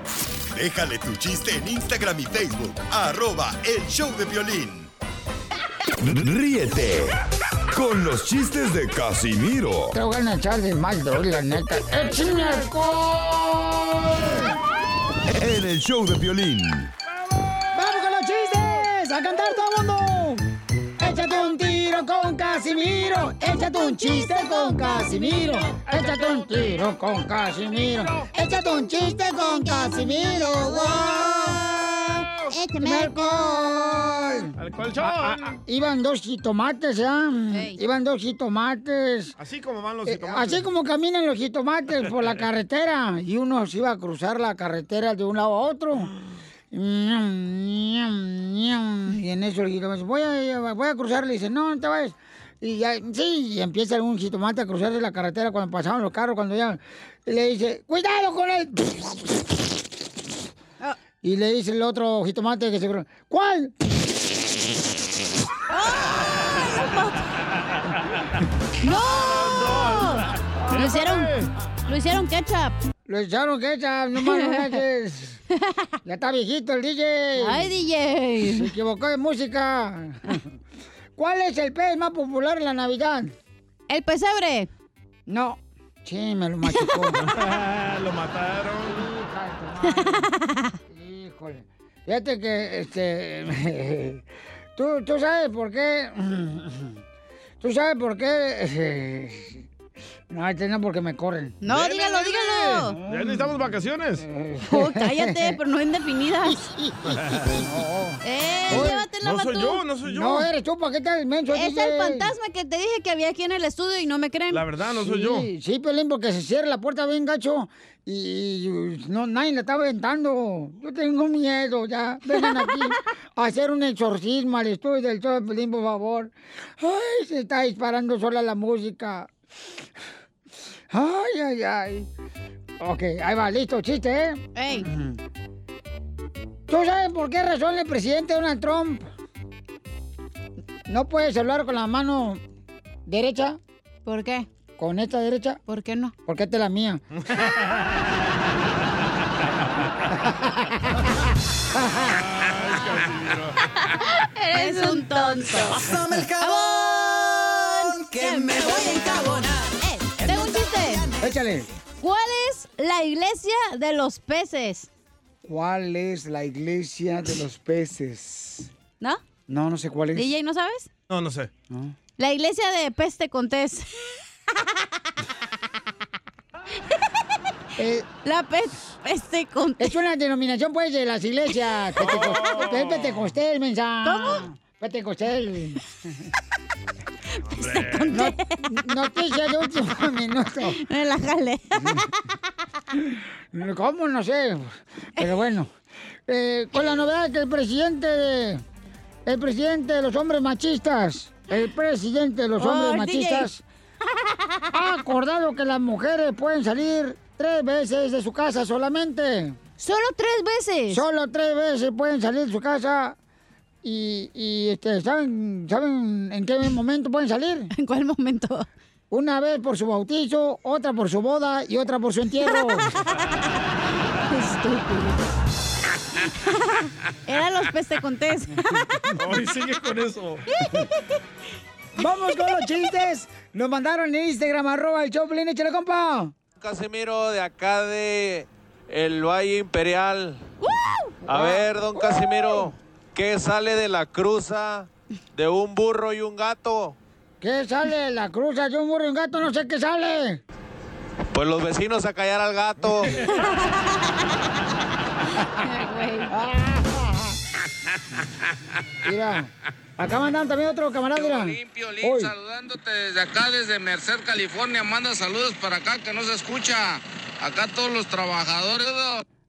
Déjale tu chiste en Instagram y Facebook. Arroba el show de violín.
Ríete con los chistes de Casimiro
Te voy a echar de mal, bro, la neta. ¡Eh, ¡Échame alcohol!
en el show de violín.
¡Vamos con los chistes! ¡A cantar todo el mundo! Échate un tiro con Casimiro. Échate un chiste con Casimiro. Échate un tiro con Casimiro. Échate un chiste con Casimiro. ¡Wow! ¡Échame alcohol!
Al ¡Con show!
Ah, ah, Iban dos jitomates, ¿ya? Iban dos jitomates.
Así como van los
Eh,
jitomates.
Así como caminan los jitomates por la carretera. Y uno se iba a cruzar la carretera de un lado a otro. Ñam, ñam, ñam. Y en eso el jitomate dice, voy a, voy a cruzar. Le dice, no, no te vayas. Y ya, sí, y empieza un jitomate a cruzar la carretera cuando pasaban los carros, cuando ya... Y le dice, cuidado con él. Y le dice el otro jitomate que se cruza, ¿cuál?
¡No! Lo hicieron, lo hicieron ketchup.
Lo echaron que echa, no más no
[laughs]
manches. Ya está viejito el DJ.
Ay, DJ.
Se equivocó de música.
[laughs]
¿Cuál es el pez más popular en la Navidad?
El pesebre.
No. Sí, me lo machucó.
[laughs] lo mataron.
Híjole. Fíjate que, este. [laughs] ¿Tú, tú sabes por qué. [clears throat] Tú sabes por qué. [laughs] No, este no, porque me corren.
No, dígalo, dígalo.
Ya necesitamos vacaciones.
Oh, cállate, pero no indefinidas. ¡Eh, llévatela,
no soy
Matú.
yo, no soy yo.
[laughs] No, eres tú, ¿para qué estás menso?
Es
DJ? [laughs]
el fantasma que te dije que había aquí en el estudio y no me creen.
Sí, Sí, Pelín, porque se cierra la puerta bien gacho y, y no, nadie la está aventando. Yo tengo miedo ya. Vengan aquí a hacer un exorcismo al estudio del show de Pelín, por favor. Ay, se está disparando sola la música. Ay, ay, ay. Ok, ahí va, listo, chiste, ¿eh?
¡Ey!
¿Tú sabes por qué razón el presidente Donald Trump no puede hablar con la mano derecha?
¿Por qué?
¿Con esta derecha?
¿Por qué no?
Porque esta es la mía.
Eres un tonto.
Pásame el jabón, que me voy a encabonar.
Eh, Tengo un chiste.
Échale.
¿Cuál es la iglesia de los peces?
¿Cuál es la iglesia de los peces?
¿No?
No, no sé cuál es.
DJ, ¿no sabes?
No, no sé.
La iglesia de peste
[laughs]
con tes.
[laughs]
la peste Es una denominación, pues, de las
[laughs]
iglesias. Penteco- Es Pentecostés, mensaje. ¿Cómo? Pentecostés.
[laughs]
No- Noticia de último [laughs] minuto. Relájale. ¿Cómo? No sé. Pero bueno. Eh, con la novedad que el presidente de- El presidente de los hombres machistas. El presidente de los
Oh,
hombres
el
machistas. Ha acordado que las mujeres pueden salir tres veces de su casa solamente.
¿Solo tres veces?
Solo tres veces pueden salir de su casa. Y, y, este, ¿saben, ¿saben en qué momento pueden salir?
[laughs] ¿En cuál momento?
Una vez por su bautizo, otra por su boda y otra por su
[laughs]
entierro.
Eran los pestecontés.
Hoy sigue con eso.
Vamos con los chistes. Nos mandaron en Instagram, arroba el Choplin, échale compa.
Casimiro de acá de el Valle Imperial. A ver, don Casimiro, ¿qué sale de la cruza de un burro y un gato?
¿Qué sale? La cruz, yo un burro y un gato, no sé qué sale.
Pues los vecinos a callar
[laughs]
al gato.
Mira, acá mandan también otro camarada, mira.
Piolín,
Uy.
saludándote desde acá, desde Merced, California. Manda saludos para acá que no se escucha. Acá todos los trabajadores.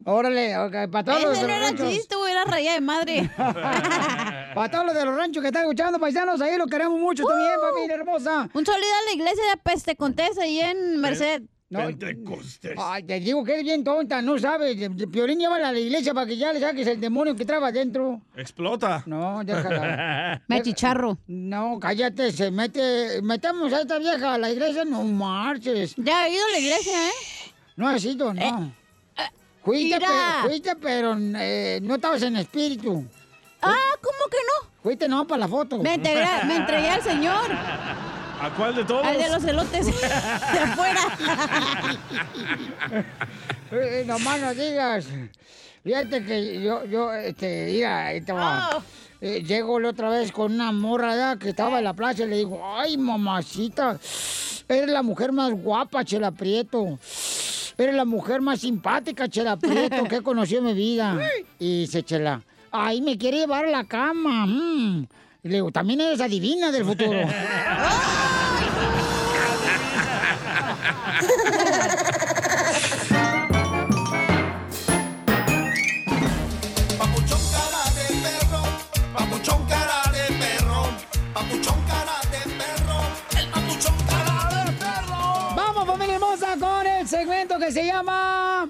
Órale, ok, para todos los de
Ese Este no
los
era
ranchos.
chiste, güey, era raya de madre.
Para todos los de los ranchos que están escuchando, paisanos, ahí los queremos [laughs] mucho también,
Uh.
familia hermosa.
Un saludo a la iglesia de pestecontés ahí en Merced.
Pentecostés.
Ay, te digo que eres bien tonta, no sabes. De- de- Piolín lleva a la iglesia para que ya le saques el demonio que traba adentro. [laughs]
Explota.
No, déjala.
Me achicharro.
No, cállate, se mete. Metemos a esta vieja a la iglesia, no marches.
Ya he ido a la iglesia, ¿eh?
No has ido, no. Fuiste,
mira.
pero, fuiste, pero, eh, no estabas en espíritu.
Ah, ¿cómo que no?
Fuiste no para la foto.
Me entregué, me entregué al señor,
[laughs] ¿A cuál de todos?
al de los elotes [laughs] de afuera.
Eh, eh, nomás no digas. Fíjate que yo, yo, este, mira, ahí te va. Eh, llego la otra vez con una morra ¿verdad? que estaba en la plaza y le digo, ay, mamacita, eres la mujer más guapa, Chela Prieto. Eres la mujer más simpática, Chela Prieto, que he conocido en mi vida. Y dice Chela, Ay, me quiere llevar a la cama. mm. Y le digo, también eres adivina del futuro. [laughs]
Papuchón cara de perro, papuchón cara de perro, el papuchón cara de perro.
Vamos, familia hermosa, con el segmento que se llama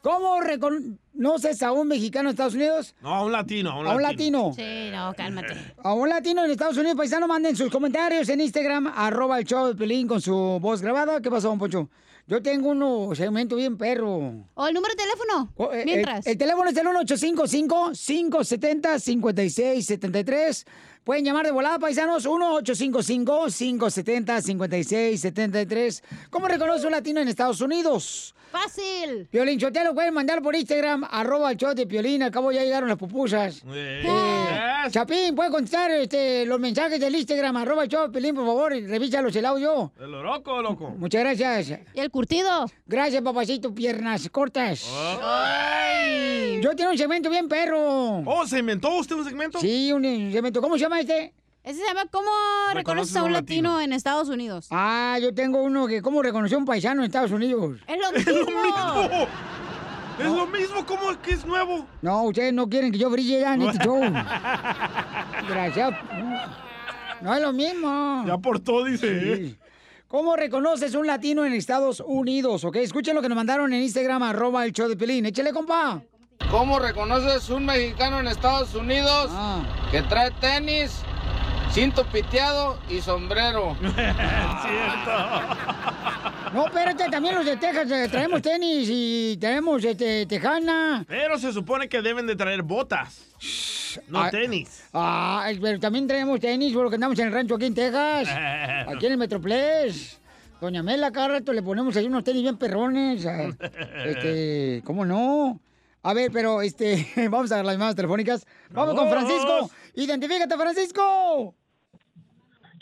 ¿Cómo reconoces a un mexicano en Estados Unidos?
[laughs] No, a un latino, a un,
¿A un latino?
Sí, no,
[laughs]
cálmate.
A un latino en Estados Unidos, paisano, manden sus comentarios en Instagram, arroba el show de Pelín con su voz grabada. ¿Qué pasó, don Poncho? Yo tengo un segmento bien perro.
¿O el número de teléfono?
Eh, el-
Mientras.
El, teléfono es el 1855-570-5673. Pueden llamar de volada, paisanos, 1855-570-5673. ¿Cómo reconoce un latino en Estados Unidos?
¡Fácil!
Piolín Chotelo, pueden mandar por Instagram, arroba el show de Piolín. Al cabo ya llegaron las pupusas. Eh, Chapín, puede contestar este, los mensajes del Instagram, arroba el show de Piolín, por favor. y Revísalos el audio.
El oroco, loco.
Muchas gracias.
¿Y el curtido?
Gracias, papacito, piernas cortas.
Oh. Ay.
Yo tengo un segmento bien perro. ¿Oh,
se inventó usted un segmento?
Sí, un segmento. ¿Cómo se llama este?
Ese se llama ¿Cómo reconoces a un latino? en Estados Unidos?
Ah, yo tengo uno que cómo reconoció un paisano en Estados Unidos.
Es
[laughs]
lo mismo.
Es lo mismo, ¿cómo es que es nuevo?
No, ustedes no quieren que yo brille ya en este show. Gracias. No es lo mismo. Ya
aportó, dice. ¿eh?
¿Cómo reconoces un latino en Estados Unidos? Ok, escuchen lo que nos mandaron en Instagram, arroba el show de Pelín. Échale, compa.
¿Cómo reconoces un mexicano en Estados Unidos
Ah.
que trae tenis, cinto piteado y
[laughs]
sombrero?
No, espérate, también los de Texas eh, traemos tenis y traemos este, tejana.
Pero se supone que deben de traer botas. No
Ah.
tenis.
Ah, pero también traemos tenis, por lo que andamos en el rancho aquí en
[laughs]
Texas, aquí en el Metroplex. Doña Mela, cada rato le ponemos ahí unos tenis bien perrones. ah,
[laughs]
Este, ¿cómo no? A ver, pero este, [laughs] vamos a ver las llamadas telefónicas. Vamos con Francisco.
Vamos.
Identifícate, Francisco.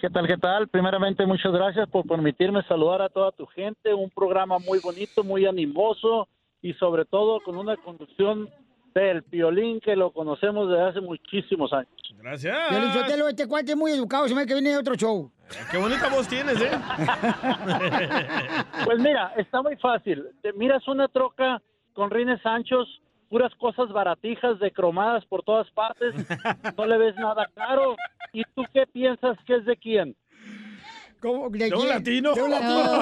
¿Qué tal, qué tal? Primeramente, muchas gracias por permitirme saludar a toda tu gente. Un programa muy bonito, muy animoso y sobre todo con una conducción del Piolín que lo conocemos desde hace muchísimos años.
Gracias.
Piolín Sotelo, este cuate es muy educado, se me ve que viene de otro show.
Ah. Eh, Qué bonita voz tienes, ¿eh?
[laughs] Pues mira, está muy fácil. Te miras una troca con rines anchos, puras cosas baratijas, de cromadas por todas partes, no le ves nada claro. ¿Y tú qué piensas que es de quién?
¿De,
un latino?
¿De un latino?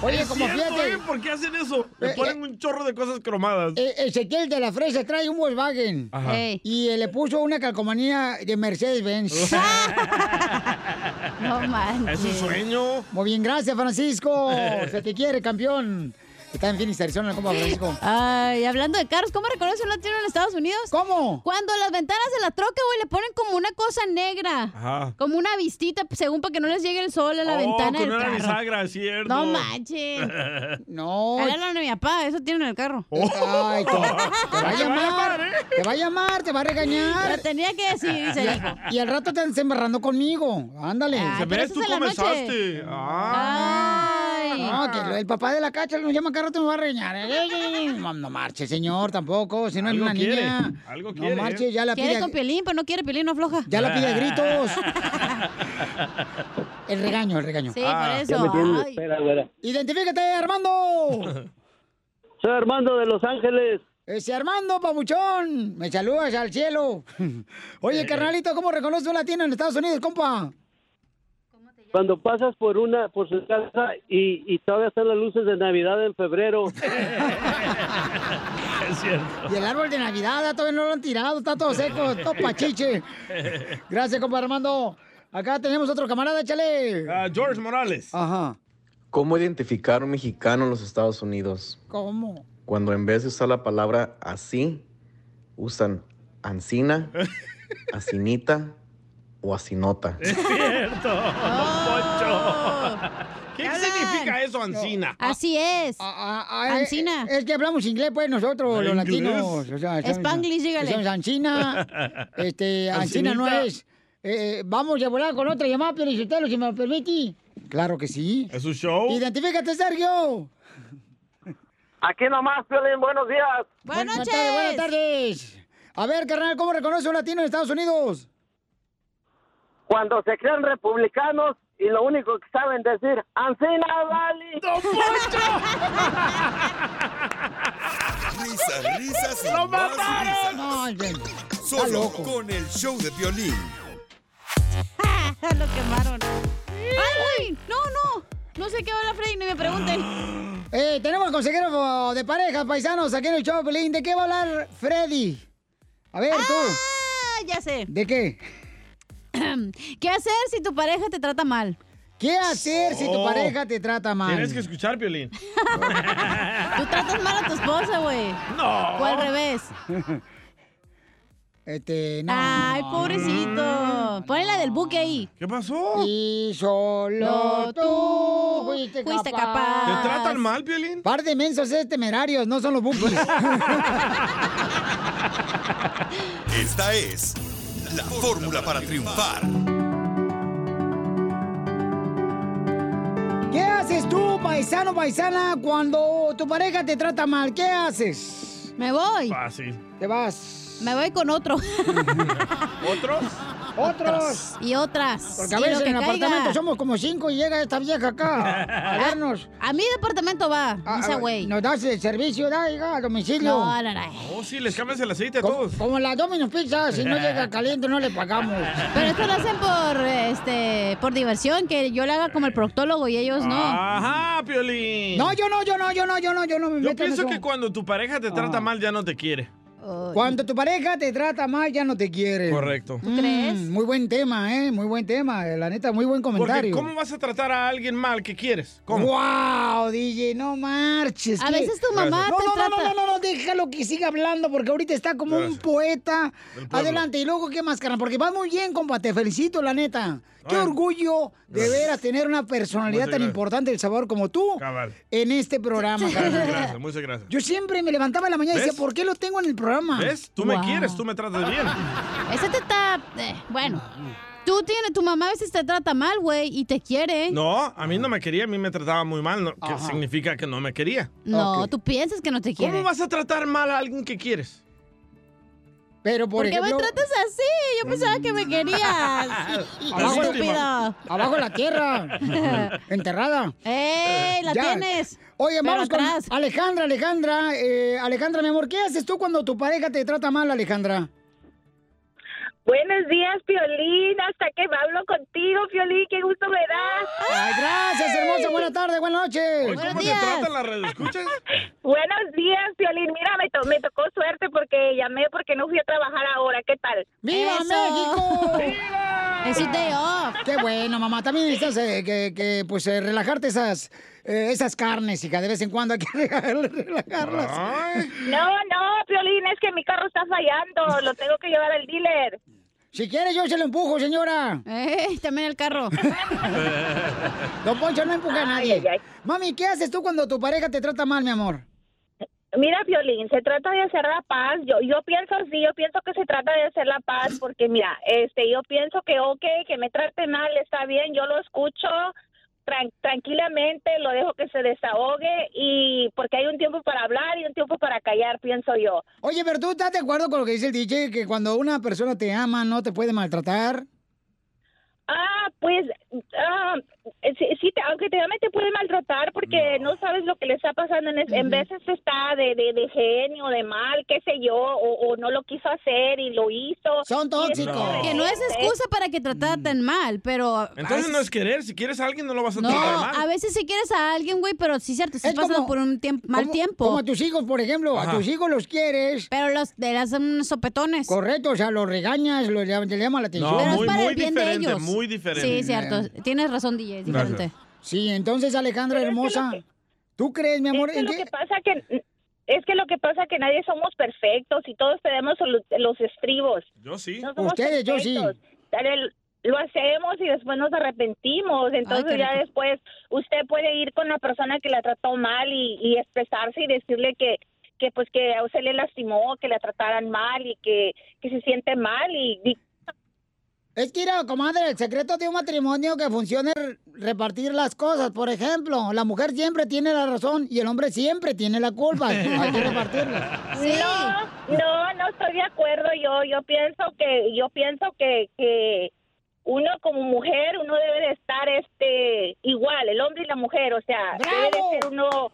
Oye,
Es
como
cierto,
fíjate.
¿eh? ¿Por qué hacen eso? Le
Eh,
ponen un chorro de cosas cromadas.
Eh, Ezequiel de la Fresa trae un Volkswagen
Ajá. Ey.
y eh, le puso una calcomanía de
[laughs]
Mercedes-Benz.
Ah, no manches.
Es un
sueño.
Muy bien, gracias, Francisco. Se te quiere, campeón. Está en Phoenix, Arizona, compa Francisco.
Ay, hablando de carros, ¿cómo reconoce un latino en Estados Unidos?
¿Cómo?
Cuando las ventanas de la troca, güey, le ponen como una cosa negra.
Ajá.
Como una vistita, según para que no les llegue el sol a la
oh,
ventana del
con una
carro.
bisagra, es cierto.
No manches.
[laughs] No.
Háblale a mi papá, eso tiene en el carro.
Ay, te,
[laughs] Oh.
te va a llamar, te va a llamar, te va a regañar.
Lo tenía que
[laughs]
decir, dice el hijo.
Y al rato te andas embarrando conmigo. Ándale.
Ay, Se Ah, pero ve, eso es tú en la noche. comenzaste.
No, que lo- el papá de la cacha nos llama cada rato nos va a regañar. Ey, ey, ey. No, no marche, señor, tampoco. Si no es
Algo
una
quiere,
niña.
algo
eh?
No marche, ya la
Quiere ¿eh?
pide.
con Piolín, pero no quiere Piolín, no afloja.
Ya la pide a
[laughs]
gritos. El regaño, el regaño.
Sí,
Ah.
por eso. Ay.
Espera, güera.
Identifícate, Armando.
[laughs] Soy Armando de Los Ángeles.
Ese Armando, pabuchón. Me saludas
[laughs]
al cielo.
Eh.
Oye, carnalito, ¿cómo reconoce un latino en Estados Unidos, compa?
Cuando pasas por una, por su casa y, y todavía están las luces de Navidad en
[laughs]
febrero.
Es cierto.
Y el árbol de Navidad ah, todavía no lo han tirado, está todo seco,
[laughs]
todo pachiche. Gracias, compa Armando. Acá tenemos otro camarada, échale.
Ah, George Morales.
Ajá.
¿Cómo identificar un mexicano en los Estados Unidos?
¿Cómo?
Cuando en vez de usar la palabra así, usan ancina, asinita o asinota.
[laughs] Es
[laughs]
cierto, Don Poncho. ¿Qué significa eso, Ancina?
Así es.
Ah, Ancina. eh, Es que hablamos inglés, pues, nosotros, los
¿Inglés?
latinos. O sea, somos-
Spanglish, dígale.
Somos Ancina. Este, Ancina no
Ancinita.
es. Eh, eh, vamos a volar con otra llamada, pero si usted lo- si me lo permite. Claro que sí.
¿Es un
Oh.
show?
Identifícate, Sergio.
Aquí nomás, Piolín, buenos días.
Buenas tardes. Buenas tardes. A ver, carnal, ¿cómo reconoce un latino en Estados Unidos?
Cuando se creen republicanos y lo único que saben decir, ¡Ancina Valley!
Risas, risas y
¡Lo
más risas. Solo
loco.
con el show de violín.
Lo quemaron. ¡Ay, güey! No, no. No sé qué habla Freddy, ni me pregunten.
Eh, tenemos consejero de parejas, paisanos, aquí en el show, Pelín. ¿De qué va a hablar Freddy? A ver, tú.
Ah, ya sé.
¿De qué?
[clears throat] ¿Qué hacer si tu pareja te trata mal?
¿Qué hacer si tu pareja te trata mal?
Oh. Tienes que escuchar, Piolín.
Tú tratas mal a tu esposa, güey.
No.
O al revés.
[laughs]
Ah,
Este, no.
Ay,
Ah,
pobrecito. Ponle la del buque ahí.
¿Qué pasó?
Y solo tú fuiste,
fuiste
capaz.
capaz.
¿Te tratan mal, Piolín?
Par de mensos es temerarios, no son los
[laughs]
bookies.
Esta es la fórmula para triunfar.
¿Qué haces tú, paisano, paisana, cuando tu pareja te trata mal? ¿Qué haces?
Me voy.
Fácil.
Te vas.
Me voy con otro.
¿Otros?
Otros.
[laughs] Y otras.
Porque a
Y
veces
lo
en
que
el
caiga.
apartamento somos como cinco y llega esta vieja acá a vernos.
[laughs]
Ah,
A mi departamento va, esa güey.
Nos das el servicio, da, hija, a domicilio.
No, no, no.
Oh, sí, les cambias el aceite a todos.
Como la Domino's Pizza, si no
[laughs]
llega caliente no le pagamos.
Pero esto lo hacen por, este, por diversión, que yo le haga como el proctólogo y ellos no.
Ajá, Piolín.
No, yo no, yo no, yo no, yo no, yo no me
Yo
meto en
pienso
eso. Ah.
que cuando tu pareja te trata mal ya no te quiere.
Cuando tu pareja te trata mal, ya no te quiere. Mm,
Correcto. ¿Tú
crees?
Muy buen tema, ¿eh? Muy buen tema. eh, La neta, muy buen
Porque
comentario.
¿cómo vas a tratar a alguien mal que quieres? ¿Cómo?
¡Wow, DJ! No marches.
A
¿qué?
veces tu mamá
no,
te
no, no,
trata-
No, no, no, no, déjalo que siga hablando porque ahorita está como un
Gracias.
poeta.
Del pueblo.
Adelante, y luego qué más, carnal, porque vas muy bien, compa, te felicito, la neta. Qué orgullo de veras tener una personalidad
Muchas
tan
gracias.
importante del sabor como tú
Cabal.
en este programa,
Muchas
carnal.
gracias, muchas gracias.
Yo siempre me levantaba en la mañana y
¿Ves?
decía, ¿por qué lo tengo en el programa?
¿Ves? Tú me quieres, tú me tratas bien.
Ese te está. eh, bueno. Tú tienes, tu mamá a veces te trata mal, güey, y te quiere.
No, a mí no me quería, a mí me trataba muy mal, no- que significa que no me quería.
No, tú piensas que no te quiere.
¿Cómo vas a tratar mal a alguien que quieres?
Pero por
¿Por qué me
ejemplo-
tratas así? Yo pensaba que me
[laughs]
querías.
Abajo,
Estúpido.
abajo la
[laughs]
tierra. Enterrada.
¡Ey! La tienes.
Oye,
Pero
vamos
atrás.
con Alejandra, Alejandra. eh, Alejandra, mi amor, ¿qué haces tú cuando tu pareja te trata mal, Alejandra?
Buenos días, Piolín. Hasta que hablo contigo, Piolín. Qué gusto me da.
Ay, gracias, hermosa. Buena tarde, buenas noches.
Buenos días.
la red? ¿Escuchas?
[laughs] Buenos días, Piolín. Mira, me, to- me tocó suerte porque llamé porque no fui a trabajar ahora. ¿Qué tal?
¡Viva
Eso.
México!
[laughs]
Es un day
Ah.
off.
Qué bueno, mamá. También necesitas eh, que, que, pues, eh, relajarte esas, eh, esas carnes, hija. De vez en cuando hay que [laughs] relajarlas.
No, no, Piolín, es que mi carro está fallando. Lo tengo que llevar al dealer.
Si quiere, yo se lo empujo, señora.
Eh, también
[laughs]
el carro.
Don Poncho no empuja a nadie. Mami, ¿qué haces tú cuando tu pareja te trata mal, mi amor?
Mira, Violín, se trata de hacer la paz. Yo, yo pienso sí, yo pienso que se trata de hacer la paz porque, mira, este, yo pienso que, ok, que me trate mal, está bien, yo lo escucho tran- tranquilamente, lo dejo que se desahogue y porque hay un tiempo para hablar y un tiempo para callar, pienso yo.
Oye, pero tú estás de acuerdo con lo que dice el DJ, que cuando una persona te ama no te puede maltratar.
Ah, pues, ah, sí, sí, te- aunque te te puede maltratar porque no. sabes lo que le está pasando. En, es- en veces está de, de, de genio, de mal, qué sé yo, o, o no lo quiso hacer y lo hizo.
Son
tóxicos. No.
Que no es excusa para que te tan mal, pero.
Entonces no es querer, si quieres a alguien no lo vas a
No,
tratar mal.
a veces sí quieres a alguien, güey, pero sí es cierto, estás
Es
pasando
como-
por un tiemp- mal
como-
tiempo.
como a tus hijos, por ejemplo, a
Ajá.
tus hijos los quieres.
Pero los de las unos sopetones.
Correcto, o sea, los regañas, los llama- le llama la atención.
No, Pero es muy- para el muy bien de diferente, ellos. muy diferente.
Sí, cierto.
Eh,
Tienes razón, DJ, es
Gracias.
diferente.
Sí, entonces, Alejandra hermosa, ¿tú crees, mi amor?
Es que lo que pasa que es que lo que pasa que nadie somos perfectos y todos tenemos los, los estribos.
Yo sí.
No somos
Ustedes, yo sí.
perfectos. Dale, lo hacemos y después nos arrepentimos. Entonces
qué
ya
rico.
después usted puede ir con la persona que la trató mal y, y expresarse y decirle que que pues que a usted le lastimó, que la trataran mal y que, que se siente mal y, y
Es que, mira, comadre, el secreto de un matrimonio que funcione es repartir las cosas. Por ejemplo, la mujer siempre tiene la razón y el hombre siempre tiene la
[laughs]
culpa. Hay que repartirla.
No, no, no estoy de acuerdo. Yo, yo pienso que, yo pienso que, que uno como mujer, uno debe de estar, este, igual, el hombre y la mujer, o sea, debe de ser uno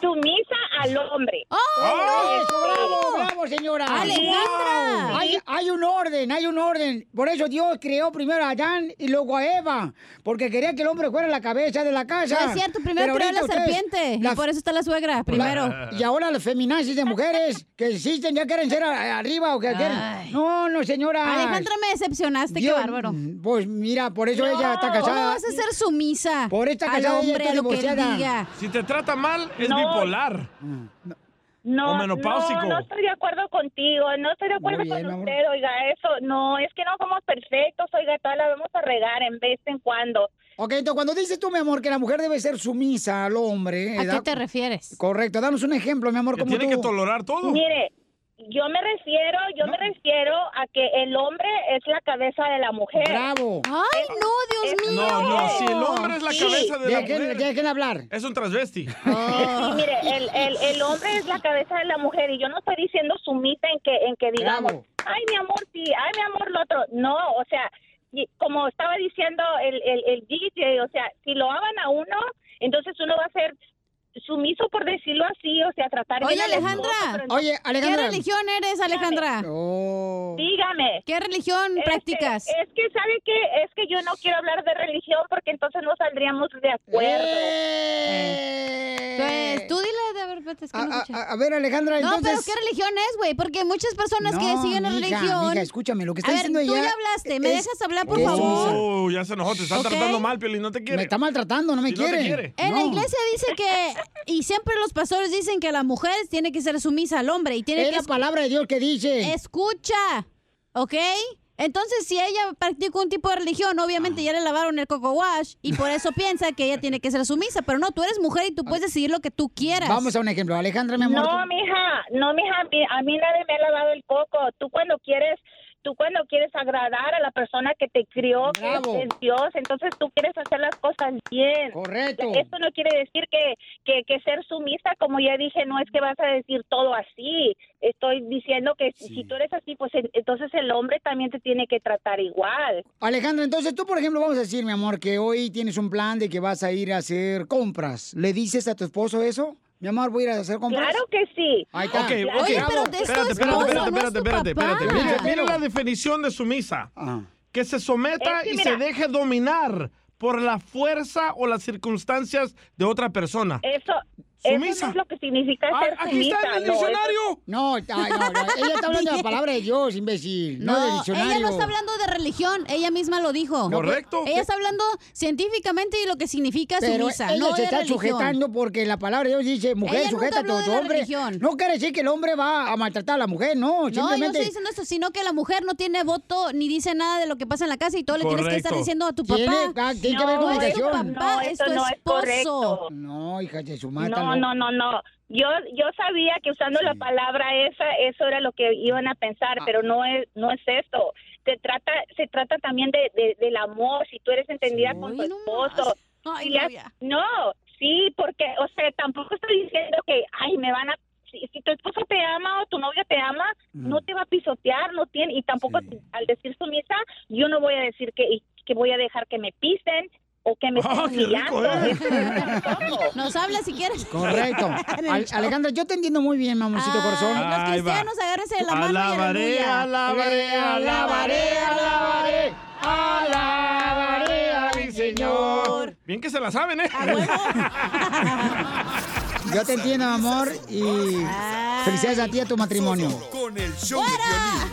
sumisa al hombre. este,
¡Oh, eso, bravo, bravo, señora!
¡Alejandra!
Wow. Hay, hay un orden, hay un orden. Por eso Dios creó primero a Adán y luego a Eva, porque quería que el hombre fuera la cabeza de la casa.
No es cierto, primero creó la
ahorita ustedes-
serpiente, y por eso está la suegra, primero.
y ahora las feminazis de
[laughs]
mujeres que existen ya quieren ser a- arriba o que quieren... No, no, señora.
Alejandra, me decepcionaste,
Yo-
qué bárbaro.
Pues mira, por eso ella está casada.
¿Cómo vas a ser sumisa?
Por esta
al
casada ella
hombre
está
lo que él
divorciada.
diga.
Si te trata mal, es
No.
bipolar.
No,
O menopáusico.
No, no estoy de acuerdo contigo, no estoy de acuerdo
bien,
con
amor.
usted, oiga, eso, no, es que no somos perfectos, oiga, todas la vamos a regar en vez en cuando.
Ok, entonces cuando dices tú, mi amor, que la mujer debe ser sumisa al hombre.
¿A qué te
refieres? Correcto, danos un ejemplo, mi amor, como tú.
Mire, yo me refiero, yo me refiero a que el hombre es la cabeza de la mujer.
¡Bravo!
¡Ay, no, Dios mío!
No, no, si el hombre es la
Sí.
cabeza de la
Dejen-
mujer.
Dejen hablar.
Es un transvesti.
[laughs] Sí, sí, mire, el, el, el hombre es la cabeza de la mujer y yo no estoy diciendo sumita en que en que digamos,
Bravo.
ay mi amor sí, ay mi amor lo otro, no, o sea, y como estaba diciendo el, el, el DJ, o sea, si lo aman a uno, entonces uno va a ser sumiso por decirlo así, o sea, tratar
Oye,
bien al esposo,
Alejandra.
pero entonces-
Oye, Alejandra. Oh. ¿Qué religión eres, Alejandra?
Dígame.
¿Qué religión
Este,
practicas?
Es que sabe que es que yo no quiero hablar de religión porque entonces no saldríamos de acuerdo.
Eh, Pues tú dile, a ver, espérate, es que no escuché.
Eh, a ver, Alejandra,
No, pero
entonces-
¿qué religión es, güey? Porque muchas personas
No,
que siguen la
mija,
religión...
mija, escúchame, lo que está
a ver,
diciendo
tú
ella
ya hablaste, ¿me
es-
dejas hablar, por
es
favor?
Oh, ya se enojó, te está
Ok.
tratando mal, Piolín, no te quiere.
Me está maltratando, no me
Si no te
quiere.
quiere.
En la iglesia dice que, y siempre los pastores dicen que la mujer tiene que ser sumisa al hombre y tiene
Es
que...
la palabra de Dios que dice.
Escucha, ¿ok? Entonces, si ella practica un tipo de religión, obviamente ya le lavaron el coco wash y por eso piensa que ella tiene que ser sumisa, pero no, tú eres mujer y tú puedes decidir lo que tú quieras.
Vamos a un ejemplo, Alejandra, mi amor.
No, mija, no, mija, a mí- a mí nadie me ha lavado el coco. Tú cuando quieres, tú cuando quieres agradar a la persona que te crió, que es,
Bravo.
es Dios, entonces tú quieres hacer las cosas bien.
Correcto.
Esto no quiere decir que, que, que ser sumisa, como ya dije, no es que vas a decir todo así. Estoy diciendo que si- si tú eres así, pues en- entonces el hombre también te tiene que tratar igual.
Alejandra, entonces tú, por ejemplo, vamos a decir, mi amor, que hoy tienes un plan de que vas a ir a hacer compras. ¿Le dices a tu esposo eso? Mi amor, voy a ir a hacer compras.
Claro que sí.
Ahí está.
Ok, ok. espérate, espérate, espérate, espérate, espérate, espérate. Mira, mira la definición de sumisa. Que se someta
Es que
y
mira-
se deje dominar por la fuerza o las circunstancias de otra persona.
Eso, eso
Sumisa.
no es lo que significa
Ah,
ser
aquí está
sumisa,
en el
no, eso-
diccionario.
No, ay, no, no, ella está hablando de la palabra de Dios, imbécil. No, del
No,
diccionario.
ella no está hablando de religión, ella misma lo dijo.
No, Correcto.
Ella está hablando científicamente y lo que significa
Pero
sumisa,
ella
no
se
de
está
religión.
sujetando porque la palabra de Dios dice, mujer,
Ella nunca
sujétate
habló
a
de
tu
la
hombre.
religión.
No quiere decir que el hombre va a maltratar a la mujer, no.
No, yo no
pues, simplemente
estoy diciendo eso, sino que la mujer no tiene voto ni dice nada de lo que pasa en la casa y todo le tienes que estar
Correcto.
diciendo a tu papá.
Tiene- ah, tiene que haber
No, es tu
comunicación.
papá,
No,
es
eso
tu
no es
esposo.
correcto.
No, hija de su mata.
No, no, no, no. Yo, yo sabía que usando la palabra esa, eso era lo que iban a pensar, pero no es, no es esto. Se trata, se trata también de, de- del amor. Si tú eres entendida con tu esposo,
Ay,
si
no,
le-
ya.
no, sí, porque, o sea, tampoco estoy diciendo que, ay, me van a si, si tu esposo te ama o tu novio te ama, no te va a pisotear, no tiene, y tampoco al decir su misa, yo no voy a decir que, y que voy a dejar que me pisen o que me estén humillando. Eso es
Nos habla si quieres.
[laughs]
Correcto. Al- Alejandra, yo te entiendo muy bien, mamoncito corazón.
Los cristianos agárrense de la mano y
Alabaré,
aleluya.
alabaré, alabaré, alabaré, alabaré a mi Señor.
Bien que se la saben,
Ah,
¿eh? [laughs]
Yo te entiendo, amor, y felicidades a ti y a tu matrimonio.
Con el show de Piolín.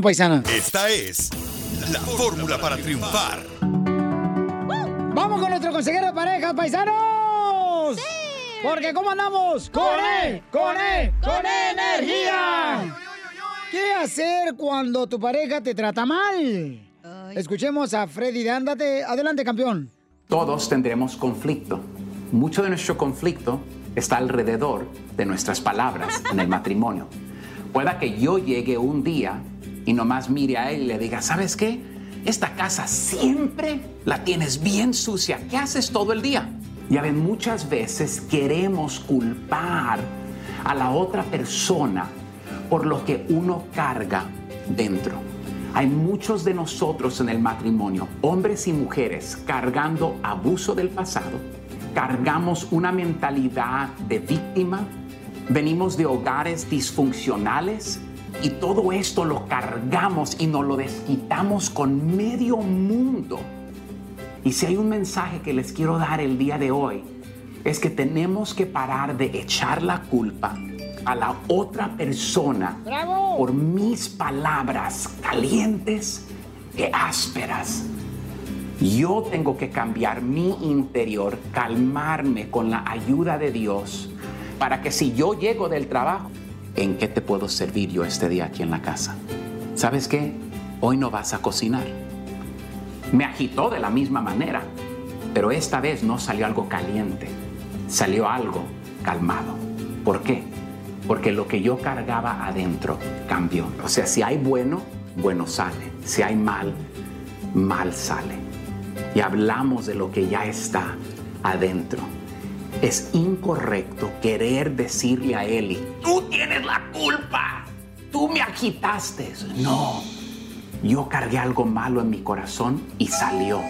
paisana.
Esta es la fórmula para triunfar.
Vamos con nuestro consejero de pareja, paisanos. Porque ¿cómo andamos? E,
Con él, con él, con energía.
¿Qué hacer cuando tu pareja te trata mal? Escuchemos a Freddy de Ándate. Adelante, campeón.
Todos tendremos conflicto. Mucho de nuestro conflicto está alrededor de nuestras palabras en el matrimonio. Pueda que yo llegue un día y nomás mire a él y le diga, ¿sabes qué? Esta casa siempre la tienes bien sucia. ¿Qué haces todo el día? Ya ven, muchas veces queremos culpar a la otra persona por lo que uno carga dentro. Hay muchos de nosotros en el matrimonio, hombres y mujeres, cargando abuso del pasado, cargamos una mentalidad de víctima, venimos de hogares disfuncionales y todo esto lo cargamos y nos lo desquitamos con medio mundo. Y si hay un mensaje que les quiero dar el día de hoy, es que tenemos que parar de echar la culpa a la otra persona por mis palabras calientes y ásperas. Yo tengo que cambiar mi interior, calmarme con la ayuda de Dios, para que si yo llego del trabajo, ¿en qué te puedo servir yo este día aquí en la casa? ¿Sabes qué? Hoy no vas a cocinar. Me agitó de la misma manera, pero esta vez no salió algo caliente, salió algo calmado. ¿Por qué? Porque lo que yo cargaba adentro cambió. O sea, si hay bueno, bueno sale. Si hay mal, mal sale. Y hablamos de lo que ya está adentro. Es incorrecto querer decirle a Eli, tú tienes la culpa, tú me agitaste. No, yo cargué algo malo en mi corazón y salió.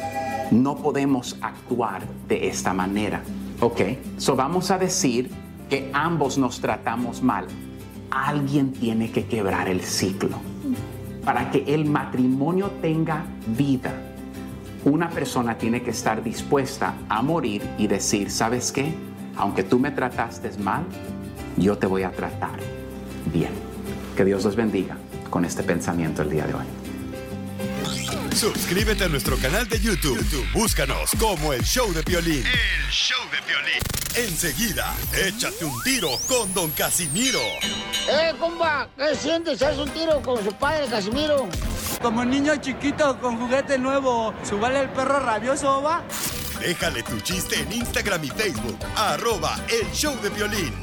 No podemos actuar de esta manera. Ok, so vamos a decir que ambos nos tratamos mal. Alguien tiene que quebrar el ciclo. Para que el matrimonio tenga vida, una persona tiene que estar dispuesta a morir y decir, ¿sabes qué? Aunque tú me trataste mal, yo te voy a tratar bien. Que Dios los bendiga con este pensamiento el día de hoy.
Suscríbete a nuestro canal de YouTube. YouTube, Búscanos como el show de violín. El show de violín. Enseguida, échate un tiro con don Casimiro.
¡Eh, compa! ¿Qué sientes? ¿Haz un tiro con su padre, Casimiro?
Como niño chiquito con juguete nuevo, subale el perro rabioso, va.
Déjale tu chiste en Instagram y Facebook. Arroba el show de violín.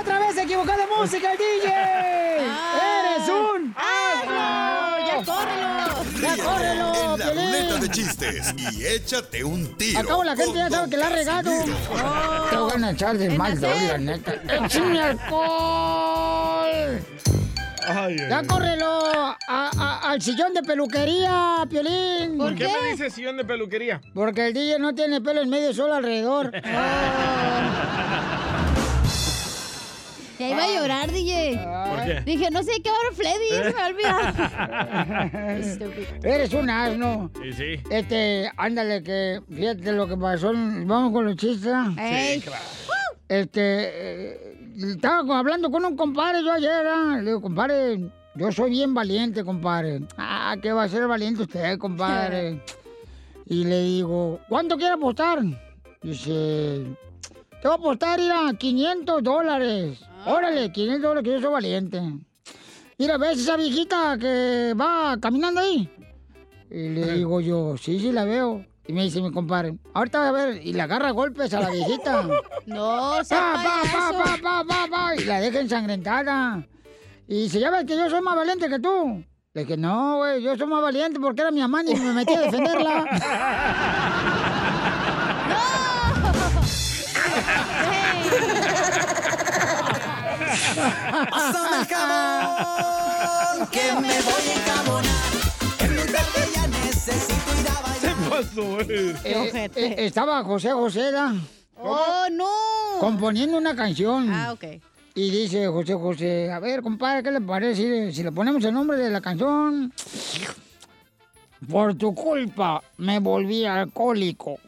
¡Otra vez se equivocó de música el DJ!
Ah.
¡Eres un asno! ¡Ya córrelo! ¡Ya córrelo,
en la
Piolín!
ruleta de chistes y échate un tiro.
Al cabo la gente ya sabe que la ha regado.
Oh.
Te van a echar de mal, la neta. ¡Échame alcohol! Ya córrelo a- a- al sillón de peluquería, Piolín.
¿Por qué me dice sillón de peluquería?
Porque el DJ no tiene pelo en medio, solo alrededor.
Ya iba a llorar, DJ.
¿Por qué?
Dije, no sé qué va a Freddy, se me ha
[laughs]
olvidado.
Eres un asno.
Sí, sí.
Este, ándale, que fíjate lo que pasó. Vamos con los chistes.
Sí, claro.
Este, eh, estaba co- hablando con un compadre yo ayer, ¿ah? le digo, compadre, yo soy bien valiente, compadre. Ah, ¿qué va a ser valiente usted, compadre? Y le digo, ¿cuánto quiere apostar? Dice, te voy a apostar, mira, 500 dólares. Órale, 500 dólares, que yo soy valiente. Mira, ¿ves esa viejita que va caminando ahí? Y le digo yo, sí, sí, la veo. Y me dice mi compadre, ahorita vas a ver, y le agarra a golpes a la viejita.
No,
pa, pa, pa, pa, pa, pa, pa, y la deja ensangrentada. Y dice, ya ves que yo soy más valiente que tú. Le dije, no, güey, yo soy más valiente porque era mi mamá y me metí a
[laughs]
[laughs]
defenderla.
Pásame el jabón, que me voy a encabonar. Es muy tarde, ya necesito ir a bailar.
Eh, eh, estaba José José, ¿era?
¡Oh, no!
Componiendo una canción.
Ah,
[laughs]
ok.
Y dice José José, a ver, compadre, ¿qué le parece si le ponemos el nombre de la canción? Por tu culpa me volví alcohólico.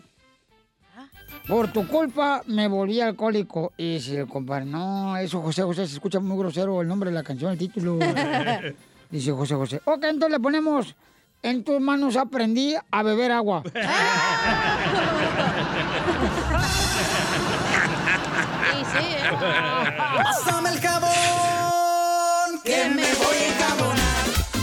Por tu culpa me volví alcohólico. Y dice el compadre, no, eso José José se escucha muy grosero el nombre de la canción, el título. dice José José, ok, entonces le ponemos, en tus manos aprendí a beber agua.
Sí, sí, ¿eh? Pásame el jabón, que me voy a encabonar.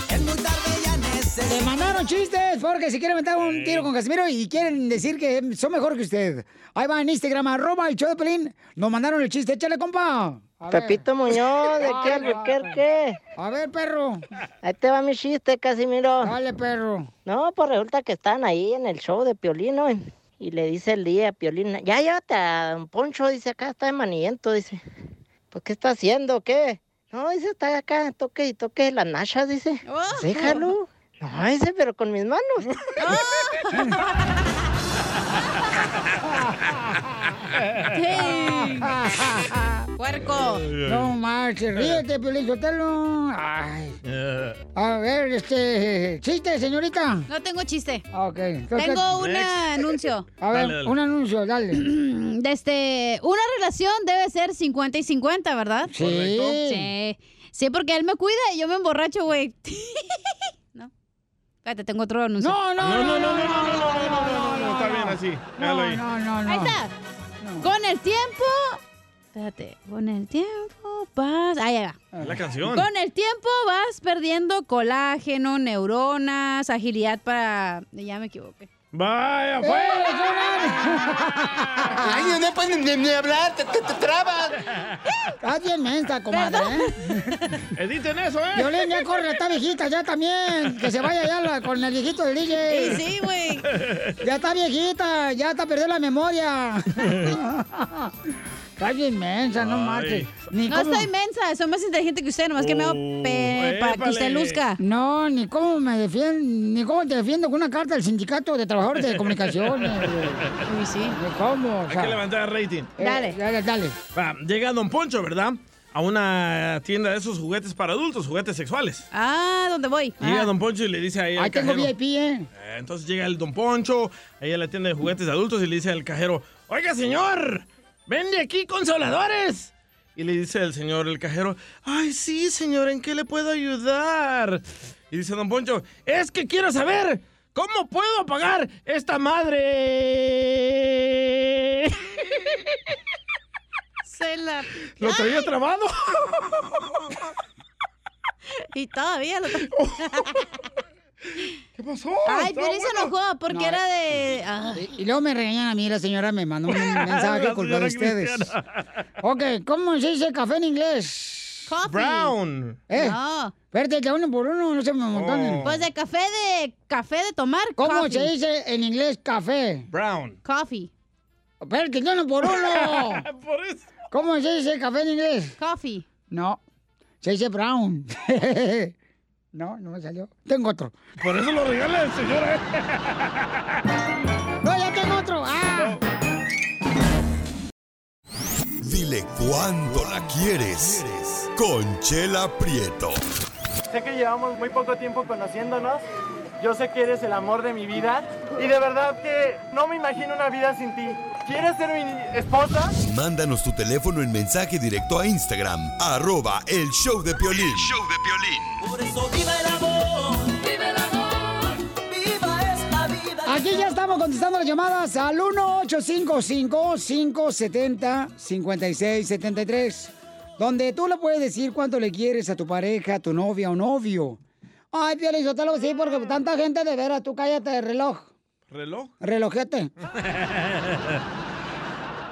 Es muy tarde, ya necesito.
Le mandaron chistes porque si quieren meter un tiro con Casimiro y quieren decir que son mejor que usted. Ahí va en Instagram, arroba el show de Pelín. Nos mandaron el chiste, échale, compa.
Pepito Muñoz, de qué Albuquerque.
A ver, perro.
Ahí te va mi chiste, Casimiro.
Dale, perro.
No, pues resulta que están ahí en el show de Piolino. Y le dice el día a Piolín, ya llévate a don Poncho, dice, acá está de maniento, dice. ¿Pues qué está haciendo? ¿Qué? No, dice, está acá, toque y toque las nachas, dice. "Pues
¡Oh!
Déjalo. No, dice, pero con mis manos.
[laughs]
¡Puerco!
No marches, ríete, Piolín Sotelo. Ay. A ver, este. ¿Chiste, señorita?
No tengo chiste.
Ah, Ok. entonces-
Tengo un anuncio.
A ver, un anuncio, dale.
[clears throat] de este, una relación debe ser 50 y 50, ¿verdad?
Sí. Correcto.
Sí. Sí, porque él me cuida y yo me emborracho, güey. [laughs] no. Espérate, tengo otro anuncio.
No,
No, no, no, no, no, no, no, no, no, no, no, está bien así. Déjalo ahí.
Ahí está. Con el tiempo. Espérate, con el tiempo vas. Ahí va.
Ah.
La canción.
Con el tiempo vas perdiendo colágeno, neuronas, agilidad para. Ya me equivoqué.
Vaya,
pues,
Ay, no
pues,
pueden ni, hablar, te, trabas. Estás Ah, bien mensa, comadre, ¿eh?
Editen eso, ¿eh?
Violín, ya corre, está viejita ya también. Que se vaya ya la- con el viejito del DJ.
Y sí, güey.
Ya está viejita, ya está perdiendo la
[laughs]
memoria. Está bien mensa, no
Ay.
marches.
No estoy mensa, soy más inteligente que usted, nomás que me hago pe- para que usted luzca.
No, ni cómo me defiendo, ni cómo te defiendo con una carta del sindicato de trabajadores de comunicaciones.
Uy, sí.
¿Cómo? O
Hay
sea,
que levantar el rating.
eh, dale, dale.
Va, llega Don Poncho, ¿verdad? A una tienda de esos juguetes para adultos, juguetes sexuales.
Ah, ¿dónde voy?
Llega
Ah.
Don Poncho y le dice ahí al
Ahí tengo
cajero-
VIP, ¿eh?
Eh, Entonces llega el Don Poncho ahí a la tienda de juguetes de adultos y le dice al cajero, oiga señor, vende aquí consoladores. Y le dice el señor, el cajero, ay sí señor, ¿en qué le puedo ayudar? Y dice Don Poncho, es que quiero saber, ¿cómo puedo pagar esta madre?
Se la...
Lo traía trabado.
[laughs]
[laughs]
Y todavía lo tra-
[laughs] ¿Qué pasó?
Ay,
Está
pero se
bueno.
enojó porque
No,
era
eh,
de. Ah.
Y luego me regañan a mí, la señora me
[laughs]
mandó un mensaje
La
culpa de
señora
ustedes. Ok, ¿cómo se dice café en inglés?
Coffee.
Brown. Oh.
Eh,
No.
Espérate, que uno por uno no se me montan.
Pues de café de. café de tomar.
¿Cómo
coffee.
se dice en inglés café?
Brown.
Coffee.
Espérate, que uno por
[laughs]
uno.
Por eso.
¿Cómo se dice café en inglés?
Coffee.
No, se dice brown. [laughs] no, no me salió. Tengo otro.
Por eso lo regala el señor. ¿eh?
No, ya tengo otro. ¡Ah!
Dile cuánto la quieres. Conchela Prieto.
Sé que llevamos muy poco tiempo conociéndonos. Yo sé que eres el amor de mi vida. Y de verdad que no me imagino una vida sin ti. ¿Quieres ser mi esposa?
Mándanos tu teléfono en mensaje directo a Instagram, arroba el show de Piolín.
Por eso viva el amor, viva el amor, viva esta vida.
Aquí ya estamos contestando las llamadas al 1-855-570-5673, donde tú le puedes decir cuánto le quieres a tu pareja, a tu novia o novio. Ay, Piolín, yo te lo sí, porque tanta gente de veras, tú cállate, reloj,
¿Reloj?
relojete.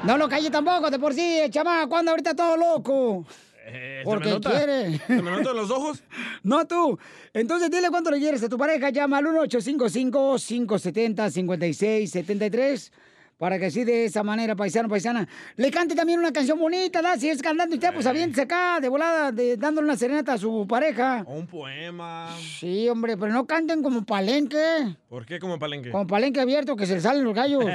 No lo calles tampoco, de por sí, chama, cuando ahorita todo loco.
Eh, ¿se me
Porque
nota?
quiere.
¿Se me notan los ojos?
[laughs] No tú. Entonces dile cuánto le quieres a tu pareja. Llama al 1855-570-5673 Para que así de esa manera, paisano, paisana, le cante también una canción bonita, ¿da? Si es cantando usted,
Eh.
pues aviéntese acá, de volada, de- dándole una serenata a su pareja.
Un poema.
Sí, hombre, pero no canten como palenque.
¿Por qué como palenque?
Como palenque abierto que se le salen los gallos.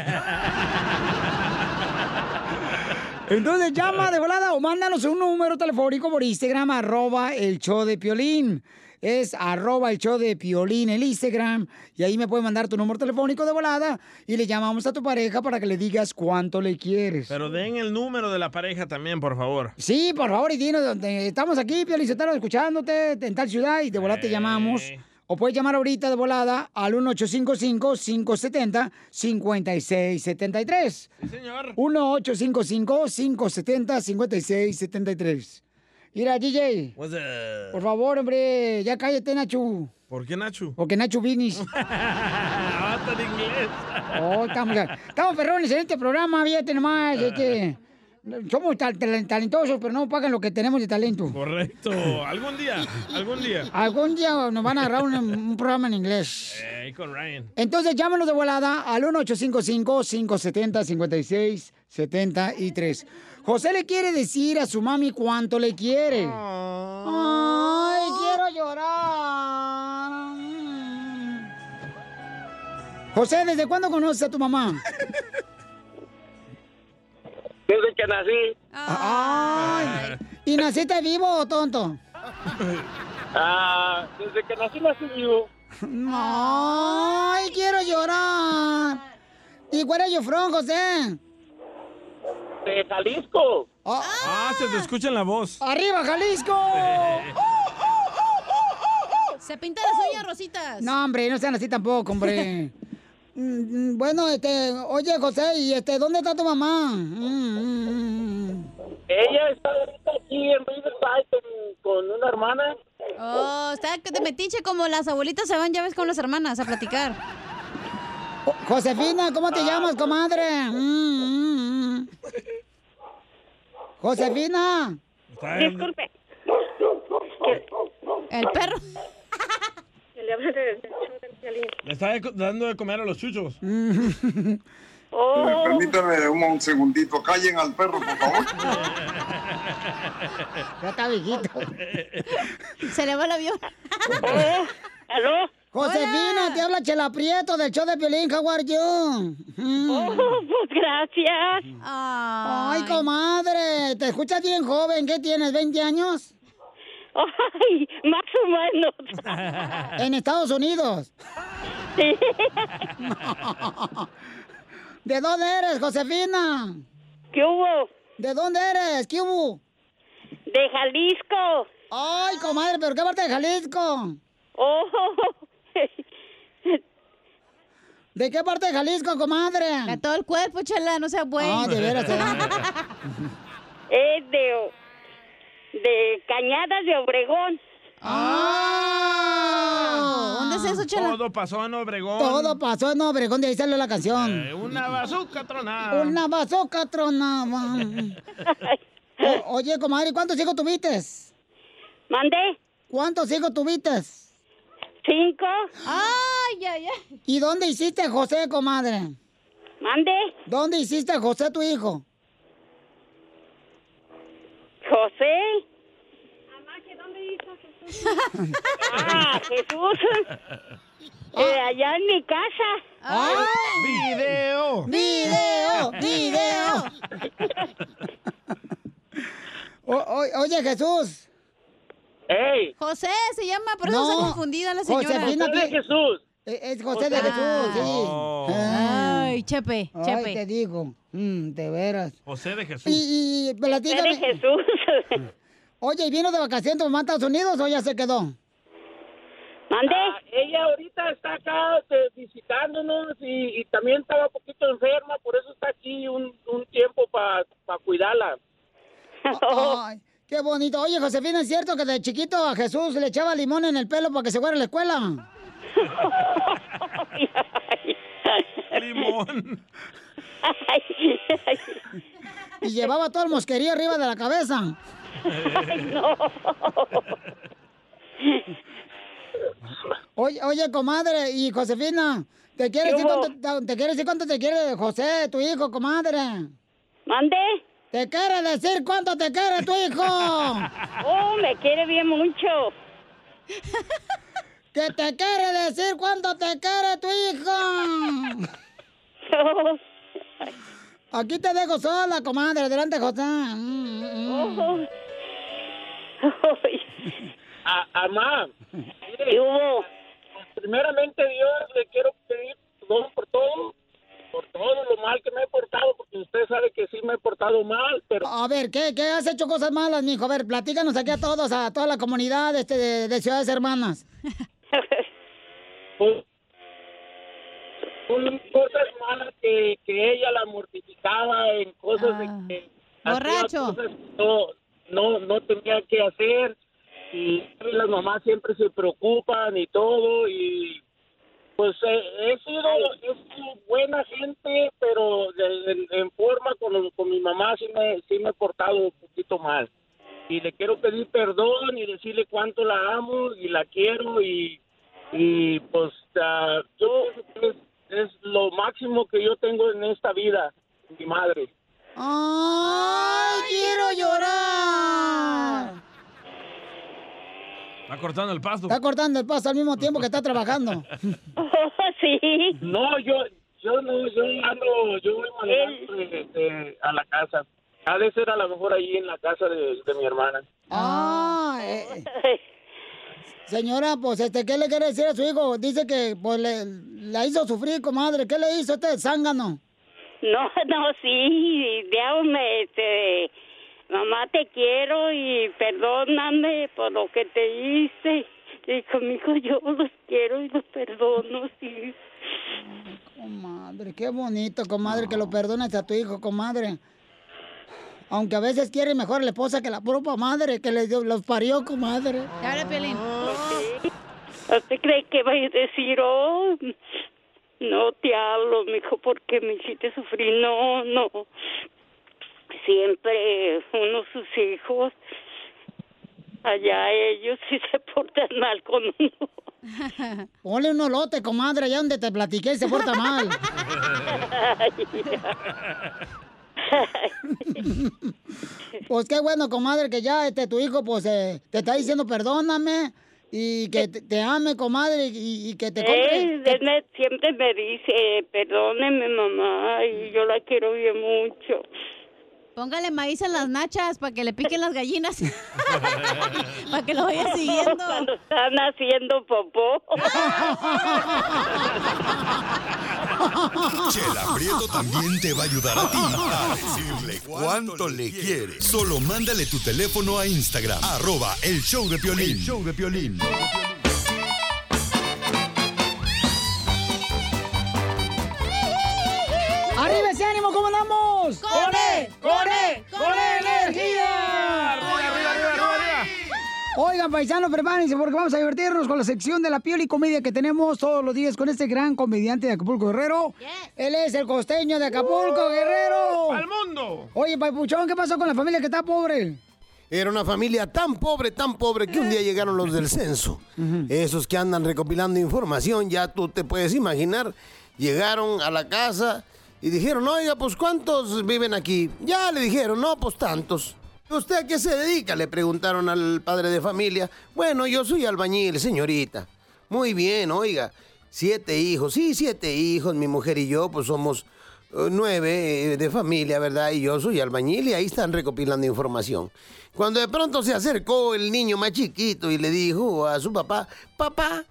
Entonces llama de volada o mándanos un número telefónico por Instagram, arroba el show de Piolín. Es arroba el show de Piolín el Instagram. Y ahí me puedes mandar tu número telefónico de volada y le llamamos a tu pareja para que le digas cuánto le quieres.
[laughs] Pero den el número de la pareja también, por favor.
Sí, por favor, y dinos dónde estamos aquí, Piolín Sotelo, escuchándote en tal ciudad y de volada te llamamos. O puedes llamar ahorita de volada al 1855-570-5673. Sí, señor. 1855-570-5673. Mira, DJ,
What's up?
por favor, hombre, ya cállate, Nacho.
¿Por qué Nacho?
Porque Nacho [laughs] Vinis.
Basta de inglés.
Oh, estamos, estamos perrones en este programa, fíjate nomás, este, somos tal- tal- talentosos, pero no pagan lo que tenemos de talento.
Correcto. Algún día, algún día.
Algún día nos van a agarrar un, un programa en inglés.
Ey, con Ryan.
Entonces llámanos de volada al 1855-570-5673. José le quiere decir a su mami cuánto le quiere. Ay, quiero llorar. José, ¿desde cuándo conoces a tu mamá?
Desde que nací.
Ay. ¿Y naciste vivo o tonto?
Ah, desde que nací nací vivo.
Ay, quiero llorar. ¿Y cuál es yo, Fron, José?
De Jalisco.
Ah, se te escucha en la voz.
¡Arriba, Jalisco!
¡Oh!
Se pinta las uñas rositas.
No, hombre, no sean así tampoco, hombre. Mm, mm, bueno, este, oye, José, ¿y este, dónde está tu mamá?
Ella está ahorita aquí en Riverside con, con una hermana.
Oh, está que te metiche como las abuelitas se van, ya ves, con las hermanas a platicar.
Josefina, ¿cómo te llamas, comadre? Mm, mm, mm. Josefina.
Disculpe.
El perro.
[laughs] Le está de- dando de comer a los chuchos.
Oh.
Eh, Permítame un, un segundito, callen al perro, por
[laughs]
favor.
Ya está [laughs] viejito.
Se le va el avión.
Eh, ¿Aló? Josefina, te habla Chela Prieto del show de Pelín, how are you? Oh, pues gracias. Ay, comadre, te escuchas bien joven, ¿qué tienes, 20 años? Ay, más o menos. ¿En Estados Unidos? Sí. [laughs] ¿De dónde eres, Josefina? ¿Qué hubo? ¿De dónde eres? ¿Qué hubo? De Jalisco. Ay, comadre, ¿pero qué parte de Jalisco? Oh. ¿De qué parte de Jalisco, comadre?
De todo el cuerpo, chela, no sea bueno.
Ah, de veras,
[laughs]
¿eh?
Es de, de Cañadas de Obregón.
¡Ah!
¿Dónde es eso, Chela?
Todo pasó en
[laughs]
Obregón.
Todo pasó en Obregón, de ahí salió la canción.
Eh, una bazooka tronada.
Una bazooka [laughs] tronaba. O- oye, comadre, ¿cuántos hijos tuviste? ¿Mandé? ¿Cuántos hijos tuviste? ¡Ah! Cinco.
Ay, ay, ay.
¿Y dónde hiciste a José, comadre? ¿Mandé? ¿Dónde hiciste a José, tu hijo?
José. Ah, Jesús. Eh, allá en mi casa.
¡Video!
¡Video! ¡Video! O- o- oye, Jesús. ¡Ey!
José se llama, por eso está confundida la señora. Ah.
Jesús. Eh, Es José de
José.
Jesús, sí. Ah.
Oh. Ay, Chepe,
Ay,
Chepe.
te digo. Mm, de veras.
José de Jesús.
Y, y platícame.
José de Jesús.
[laughs] Oye, ¿y vino de vacaciones tu mamá a Estados Unidos o ya se quedó?
¿Mandé?
Ah, ella ahorita está acá este, visitándonos y, y también estaba un poquito enferma, por eso está aquí un, un tiempo para cuidarla.
Ay, [laughs] qué bonito. Oye, Josefina, ¿es cierto que de chiquito a Jesús le echaba limón en el pelo para que se fuera a la escuela?
Limón.
Y llevaba todo el mosquerío arriba de la cabeza.
Ay, no.
Oye, oye, comadre, y Josefina, ¿te quiere,
¿Qué
decir
hubo?
cuánto, te, te quiere decir cuánto te quiere José, tu hijo, comadre? ¿Mande? ¿Te quiere decir cuánto te quiere tu hijo? [laughs] ¡Oh, me quiere bien mucho! [laughs] ¿Que te quiere decir cuánto te quiere tu [laughs] hijo? Aquí te dejo sola, comadre, adelante, José. Mm, mm. Oh. [laughs]
A, Amá, mire, primeramente Dios le quiero pedir perdón por todo, por todo lo mal que me he portado, porque usted sabe que sí me he portado mal, pero
A ver, ¿qué, ¿qué has hecho cosas malas, mijo? A ver, platícanos aquí a todos, a toda la comunidad este, de, de Ciudades Hermanas.
son cosas malas que, que ella la mortificaba en cosas de que
borracho.
hacía cosas que no, no, no tenía que hacer y las mamás siempre se preocupan y todo y pues eh, he, sido, he sido buena gente pero de- en, en forma con, con mi mamá sí me, sí me he portado un poquito mal y le quiero pedir perdón y decirle cuánto la amo y la quiero y, y pues ah, yo es, es lo máximo que yo tengo en esta vida mi madre
¡Ay, quiero llorar!
Está cortando el pasto.
Está cortando el paso al mismo tiempo que está trabajando.
sí no yo yo no yo ando yo voy manejando de- de- a la casa ha de ser a lo mejor ahí en
[laughs]
la casa de, de mi hermana
Ah, eh, señora, pues, este, ¿qué le quiere decir a su hijo? Dice que pues, le, la hizo sufrir, comadre. ¿Qué le hizo este zángano?
[laughs] No, no, sí, diabme, este, mamá te quiero y perdóname por lo que te hice. Y conmigo yo los quiero y los perdono, sí.
Comadre, qué bonito, comadre, que lo perdones a tu hijo, comadre. Aunque a veces quiere mejor la esposa que la propia madre que les dio- los parió, comadre.
Dale, Piolín.
¿Usted cree que va a decir, oh, no te hablo, mijo, porque me hiciste sufrir? No, no. Siempre uno, sus hijos, allá ellos [laughs] sí se portan mal con uno.
[laughs] Ponle un olote, comadre, allá donde te platiqué y se porta
[laughs]
mal. Pues qué bueno, comadre, que ya este tu hijo pues eh, te está diciendo perdóname y que te, te ame, comadre, y, y que te compre.
Él, él me- siempre me dice, perdóneme, mamá, y yo la quiero bien mucho.
Póngale maíz en las nachas para que le piquen
[laughs]
las gallinas. para que lo vaya
[laughs]
siguiendo.
Cuando están haciendo popó.
[laughs] Chela Prieto también te va a ayudar a ti a decirle cuánto le quiere. Solo mándale tu teléfono a Instagram, arroba el show de Piolín. show de Piolín.
¡Arriba ese ánimo! ¿Cómo andamos?
¡Corre, corre, corre energía!
Oigan, paisanos, prepárense porque vamos a divertirnos con la sección de la piel y comedia que tenemos todos los días con este gran comediante de Acapulco Guerrero. Él es el costeño de Acapulco Guerrero.
¡Al mundo!
Oye, Papuchón, ¿qué pasó con la familia que está pobre?
Era una familia tan pobre, tan pobre que un día llegaron los del censo. Esos que andan recopilando información, ya tú te puedes imaginar. Llegaron a la casa y dijeron, oiga, pues ¿cuántos viven aquí? Ya le dijeron, no, pues tantos. ¿Usted a qué se dedica? Le preguntaron al padre de familia. Bueno, yo soy albañil, señorita. Muy bien, oiga. Siete hijos, sí, siete hijos. Mi mujer y yo, pues somos eh, nueve eh, de familia, ¿verdad? Y yo soy albañil y ahí están recopilando información. Cuando de pronto se acercó el niño más chiquito y le dijo a su papá, papá,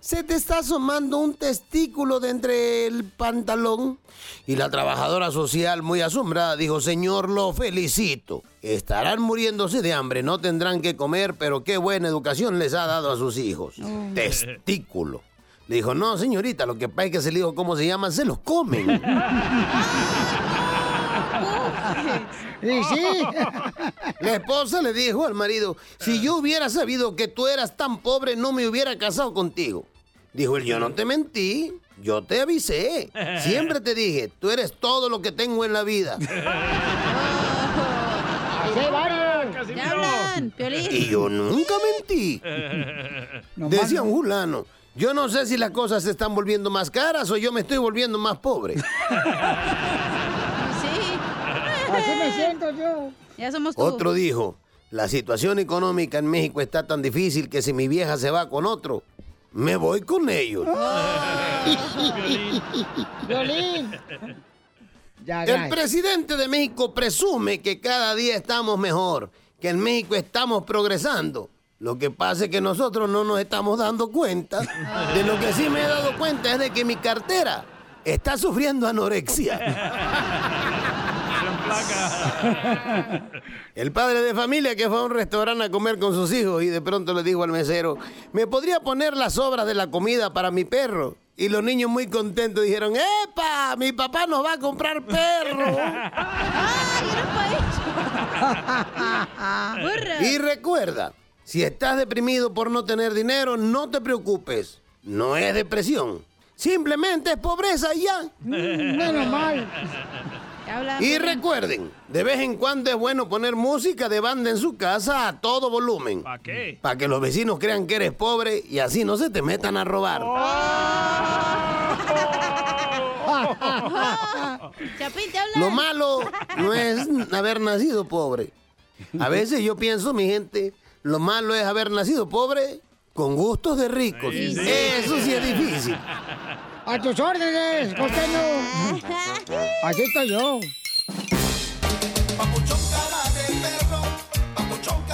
se te está asomando un testículo de entre el pantalón. Y la trabajadora social, muy asombrada, dijo, señor, lo felicito. Estarán muriéndose de hambre, no tendrán que comer, pero qué buena educación les ha dado a sus hijos. [laughs] Testículo. Le dijo, no, señorita, lo que pasa es que se le dijo cómo se llama, se los comen.
Y sí.
La esposa le dijo al marido, si yo hubiera sabido que tú eras tan pobre, no me hubiera casado contigo. Dijo él, yo no te mentí, yo te avisé. Siempre te dije, tú eres todo lo que tengo en la vida.
¡Qué varios!
¡Ya hablan! Piolín.
Y yo nunca mentí. Decía un fulano, Yo no sé si las cosas se están volviendo más caras o yo me estoy volviendo más pobre.
Así me siento yo.
Ya somos tú.
Otro dijo, la situación económica en México está tan difícil que si mi vieja se va con otro, me voy con ellos. [laughs]
Violín. Ya,
El presidente de México presume que cada día estamos mejor, que en México estamos progresando. Lo que pasa es que nosotros no nos estamos dando cuenta. De lo que sí me he dado cuenta es de que mi cartera está sufriendo anorexia. El padre de familia que fue a un restaurante a comer con sus hijos y de pronto le dijo al mesero, ¿me podría poner las obras de la comida para mi perro? Y los niños muy contentos dijeron, ¡epa! Mi papá nos va a comprar perro.
Ah.
Y recuerda, si estás deprimido por no tener dinero, no te preocupes. No es depresión. Simplemente es pobreza y ya.
Mm, Menos mal.
Y recuerden, de vez en cuando es bueno poner música de banda en su casa a todo volumen. ¿Para
qué?
Para que los vecinos crean que eres pobre y así no se te metan a robar.
[laughs] Chapín, te habla.
Lo malo no es haber nacido pobre. A veces yo pienso, mi gente, lo malo es haber nacido pobre con gustos de ricos.
Sí, sí.
Eso [laughs] sí es difícil.
A tus órdenes, costeño. Aquí estoy yo.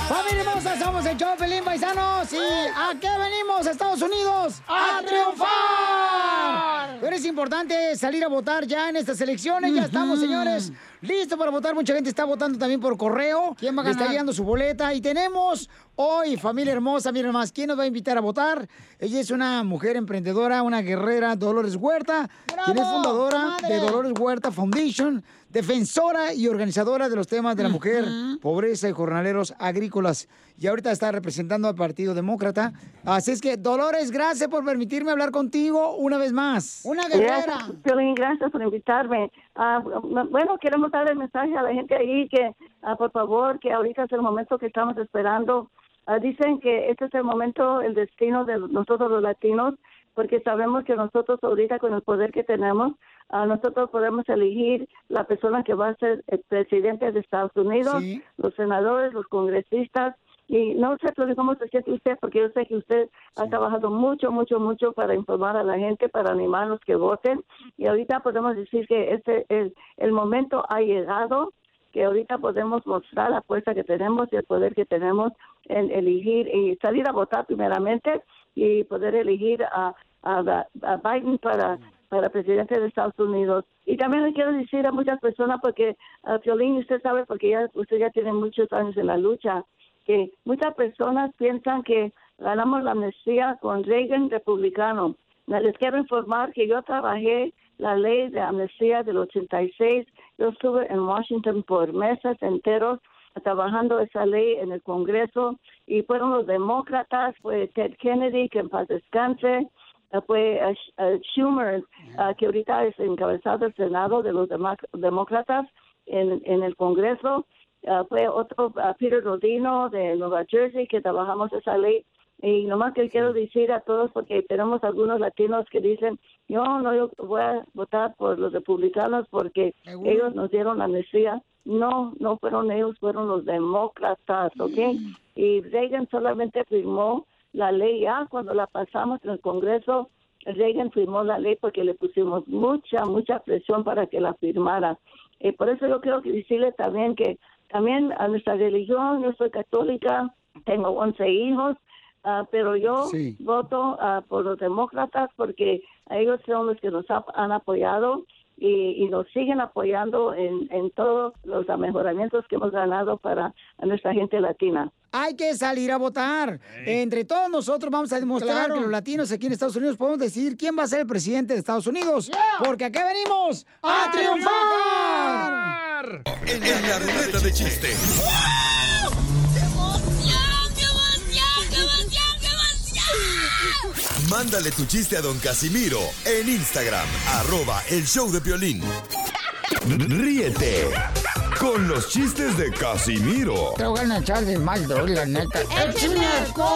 Familia hermosa, somos el show Pelín Paisanos. ¿Y a qué venimos, Estados Unidos?
¡A triunfar!
Pero es importante salir a votar ya en estas elecciones. Ya estamos, señores. Listo para votar. Mucha gente está votando también por correo. ¿Quién
va a
Está
ganar?
llegando su boleta. Y tenemos hoy, familia hermosa, miren más, ¿quién nos va a invitar a votar? Ella es una mujer emprendedora, una guerrera, Dolores Huerta. Quien es fundadora de Dolores Huerta Foundation, defensora y organizadora de los temas de la mujer, pobreza y jornaleros agrícolas. Y ahorita está representando al Partido Demócrata. Así es que, Dolores, gracias por permitirme hablar contigo una vez más. Una
Gracias, Piolín, gracias por invitarme. Ah, bueno, queremos dar el mensaje a la gente ahí que, ah, por favor, que ahorita es el momento que estamos esperando. Ah, dicen que este es el momento, el destino de nosotros los latinos, porque sabemos que nosotros ahorita con el poder que tenemos, ah, nosotros podemos elegir la persona que va a ser el presidente de Estados Unidos, los senadores, los congresistas, y no sé Piolín, cómo se siente usted, porque yo sé que usted ha trabajado mucho, mucho, mucho para informar a la gente, para animarlos que voten. Y ahorita podemos decir que este el, el momento ha llegado, que ahorita podemos mostrar la fuerza que tenemos y el poder que tenemos en elegir y salir a votar primeramente y poder elegir a, a- a Biden para para presidente de Estados Unidos. Y también le quiero decir a muchas personas, porque a Violín, usted sabe, porque ya, usted ya tiene muchos años en la lucha, que muchas personas piensan que ganamos la amnistía con Reagan republicano. Les quiero informar que yo trabajé la ley de amnistía del 86. Yo estuve en Washington por meses enteros trabajando esa ley en el Congreso y fueron los demócratas, fue Ted Kennedy, que en paz descanse, eh, fue eh, Sh- eh, Schumer, eh, que ahorita es encabezado el Senado de los demá- demócratas en, en el Congreso, eh, fue otro, eh, Peter Rodino de Nueva Jersey, que trabajamos esa ley. Y nomás que quiero decir a todos, porque tenemos algunos latinos que dicen, yo no yo voy a votar por los republicanos porque
Seguro.
ellos nos dieron la amnistía. No, no fueron ellos, fueron los demócratas, ¿ok? Y Reagan solamente firmó la ley ya cuando la pasamos en el Congreso. Reagan firmó la ley porque le pusimos mucha, mucha presión para que la firmara. Y por eso yo creo que decirle también que también a nuestra religión, yo soy católica, tengo 11 hijos, ah, pero yo
Sí.
voto ah, por los demócratas porque ellos son los que nos ha- han apoyado y, y nos siguen apoyando en, en todos los mejoramientos que hemos ganado para nuestra gente latina.
Hay que salir a votar. Entre todos nosotros vamos a demostrar
Claro.
que los latinos aquí en Estados Unidos podemos decidir quién va a ser el presidente de Estados Unidos. Porque aquí venimos a, triunfar.
En, en la ruleta de chiste. Mándale tu chiste a don Casimiro en Instagram, arroba el show de Piolín. Ríete con los chistes de Casimiro
Te voy a echar de mal, la neta.
¡Échame
alcohol!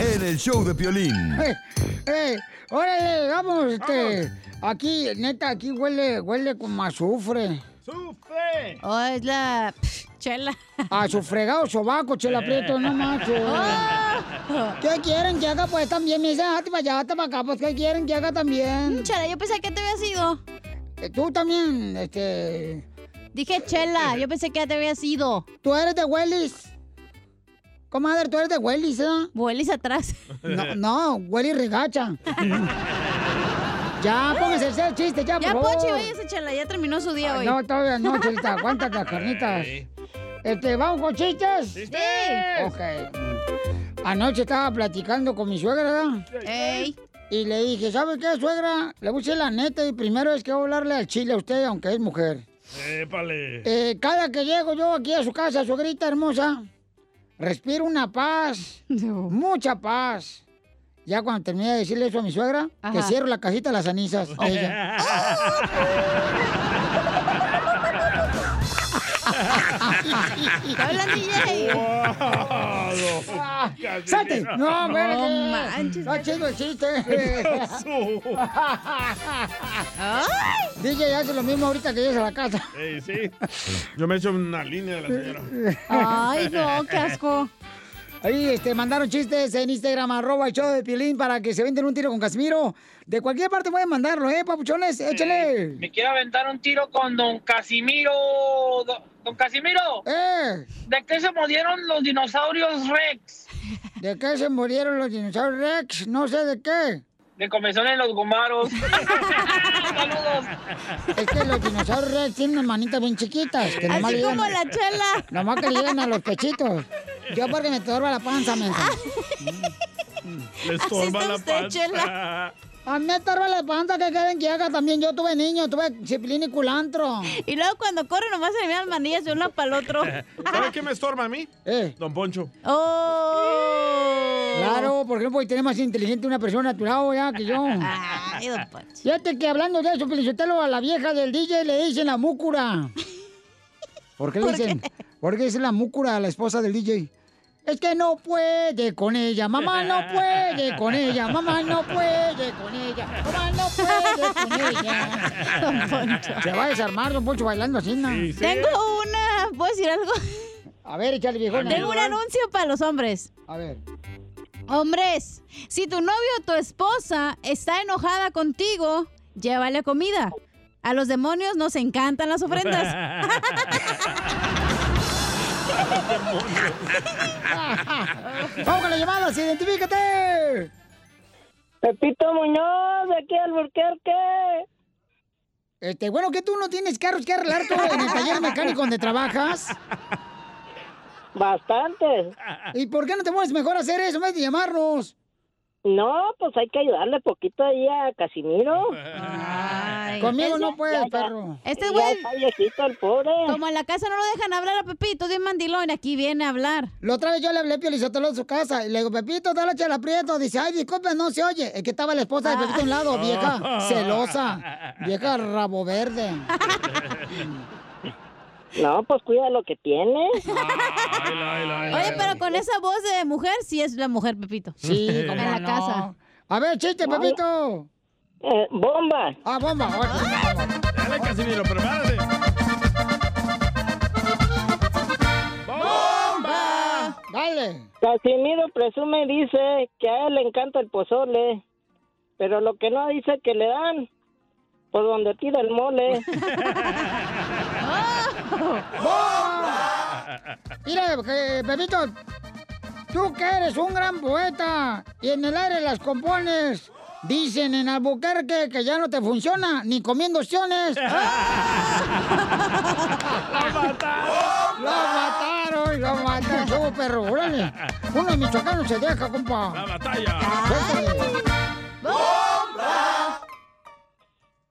en el show de Piolín.
¡Eh! ¡Eh! ¡Órale! Vamos, este. Aquí, neta, aquí huele, huele como a azufre.
Eh,
¡Sufre! Oh, es la pf, chela.
A su fregado sobaco, chela prieto, no macho.
Oh.
¿Qué quieren que haga? Pues también me dicen, hazte para allá, hazte para acá, pues ¿qué quieren que haga también?
Chela, yo pensé que te había sido.
Eh, Tú también, este.
Dije chela, yo pensé que ya te había sido.
¿Tú eres de Wellis? Comadre, tú eres de Wellis, ¿eh?
Wellis atrás.
No, no, Wellis regacha.
[laughs]
ya, póngase a hacer chiste, ya,
Ya,
por favor.
Pochi, váyase, chela, ya terminó su día
Ah,
hoy.
No, todavía no, Chelita,
[laughs]
aguántate las carnitas. Este, ¿vamos con chistes?
¡Chistes!
Pues.
Ok. Oh. Anoche estaba platicando con mi suegra, ¿verdad?
Ey.
Y le dije, ¿sabe qué, suegra? Le puse la neta y primero es que voy a hablarle al chile a usted, aunque es mujer.
Épale.
Eh, cada que llego yo aquí a su casa, suegrita hermosa, respiro una paz, mucha paz. Ya cuando terminé de decirle eso a mi suegra, que
Ajá.
cierro la cajita de las cenizas. a ella. [laughs]
¡Habla, DJ!
¡Salte! No, espérate.
No manches.
Está chido el chiste.
¿Qué
DJ hace lo mismo ahorita que llegas a la casa.
Ey, sí. Yo me echo una línea de la señora.
Ay, no, qué asco. Ahí este, mandaron chistes en Instagram, arroba el show de Pilín, para que se venden un tiro con Casimiro. De cualquier parte pueden mandarlo, ¿eh, papuchones? Échale.
Me quiero aventar un tiro con don Casimiro. Don, don Casimiro.
Eh.
¿De qué se murieron los dinosaurios Rex?
¿De qué se murieron los dinosaurios Rex? No sé de qué.
De comezón en los
[laughs]
gomaros.
Es que los dinosaurios Rex tienen unas manitas bien chiquitas. Que nomás
Así
le
como la chela.
Nomás que le llegan a los pechitos. Yo porque me torba la panza, me
Le estorba la panza.
A mí me torba la panza, que quieren que haga? También yo tuve niño, tuve chipilín y culantro.
Y luego cuando corre nomás se me dan manillas de uno para el otro.
[laughs] ¿Sabe qué me estorba a mí?
Eh.
Don Poncho.
¡Oh!
Claro, por ejemplo, y tener más inteligente una persona a tu lado ya que yo.
Ah.
Fíjate que hablando de eso, Felicitelo a la vieja del DJ le dicen la múcura. ¿Por qué [laughs] le dicen? ¿Por qué dicen la múcura a la esposa del DJ? Es que no puede con ella, mamá no puede con ella, mamá no [laughs] puede con ella, mamá no puede con ella. Se va a desarmar Don Poncho bailando así, ¿no?
Tengo una. ¿Puedo decir algo?
[laughs] A ver, échale viejona.
Tengo un anuncio para los hombres.
A ver.
Hombres, si tu novio o tu esposa está enojada contigo, llévale comida. A los demonios nos encantan las [laughs]
[laughs]
ofrendas.
Vamos con las llamadas, identifícate.
Pepito Muñoz, de aquí al Burquerque.
Este, bueno, que tú no tienes carros que arreglar tú en el taller mecánico donde trabajas.
Bastantes.
¿Y por qué no te pones mejor a hacer eso en vez de llamarnos?
No, pues hay que ayudarle poquito ahí a Casimiro.
Conmigo no puedes,
perro.
Este
Ya
güey.
está viejito el pobre.
Como en la casa no lo dejan hablar a Pepito, de mandilón, aquí viene a hablar.
La otra vez yo le hablé a Pio Lizotelo en su casa y le digo, Pepito, dale chela prieto. Dice, ay, disculpe, no se oye. Es que estaba la esposa de Pepito a un lado, vieja celosa, vieja rabo verde.
No, pues cuida lo que tiene.
Oye, pero con esa voz de mujer, sí es la mujer, Pepito.
Sí,
en
cómo
la
no.
casa.
A ver, chiste, Pepito.
bomba.
Ah, bomba.
Dale, Casimiro, prepárate.
¡Bomba!
Dale.
Casimiro presume y dice que a él le encanta el pozole, pero lo que no dice que le dan por donde tira el mole.
Mira, eh, Pepito, tú que eres un gran poeta y en el aire las compones. Dicen en Albuquerque que ya no te funciona ni comiendo opciones. ¡Lo mataron! ¡Lo mataron! ¡Lo mataron! ¡Somos perro! ¡Órale! Uno de Michoacán se deja, compa. ¡La
batalla!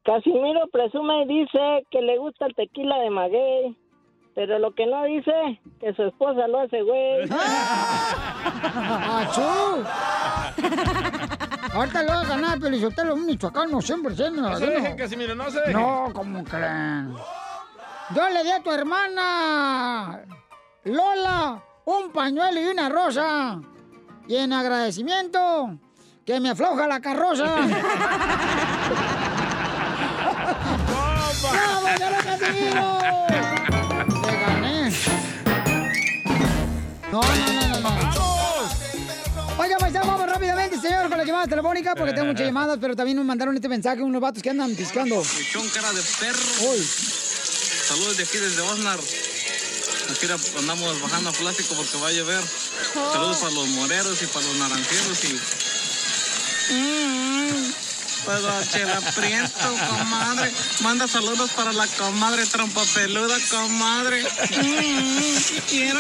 Casimiro presume y dice que le gusta el tequila de maguey, pero lo que no dice que su esposa lo hace güey.
¡Achú! Ahorita lo va a ganar, pero si usted los michoacanos siempre se
No se dejen, Casimiro, no se dejen.
No, ¿cómo creen? Yo le di a tu hermana Lola un pañuelo y una rosa. Y en agradecimiento, que me afloja la
[laughs]
carroza. ¡Vamos, ya lo conseguimos! ¡Te gané! No, no, no, no, no. Oiga, paisanos, vamos rápidamente, señor, con la llamada telefónica, porque tengo muchas llamadas, pero también nos mandaron este mensaje unos vatos que andan piscando.
Michón, cara de perro.
Uy.
Saludos de aquí desde Osnar. Aquí ra- andamos bajando plástico porque va a llover. Saludos para los moreros y para los naranjeros y. Mm, Pero chela prieto, comadre. Manda saludos para la comadre trompa peluda, comadre. Mm, quiero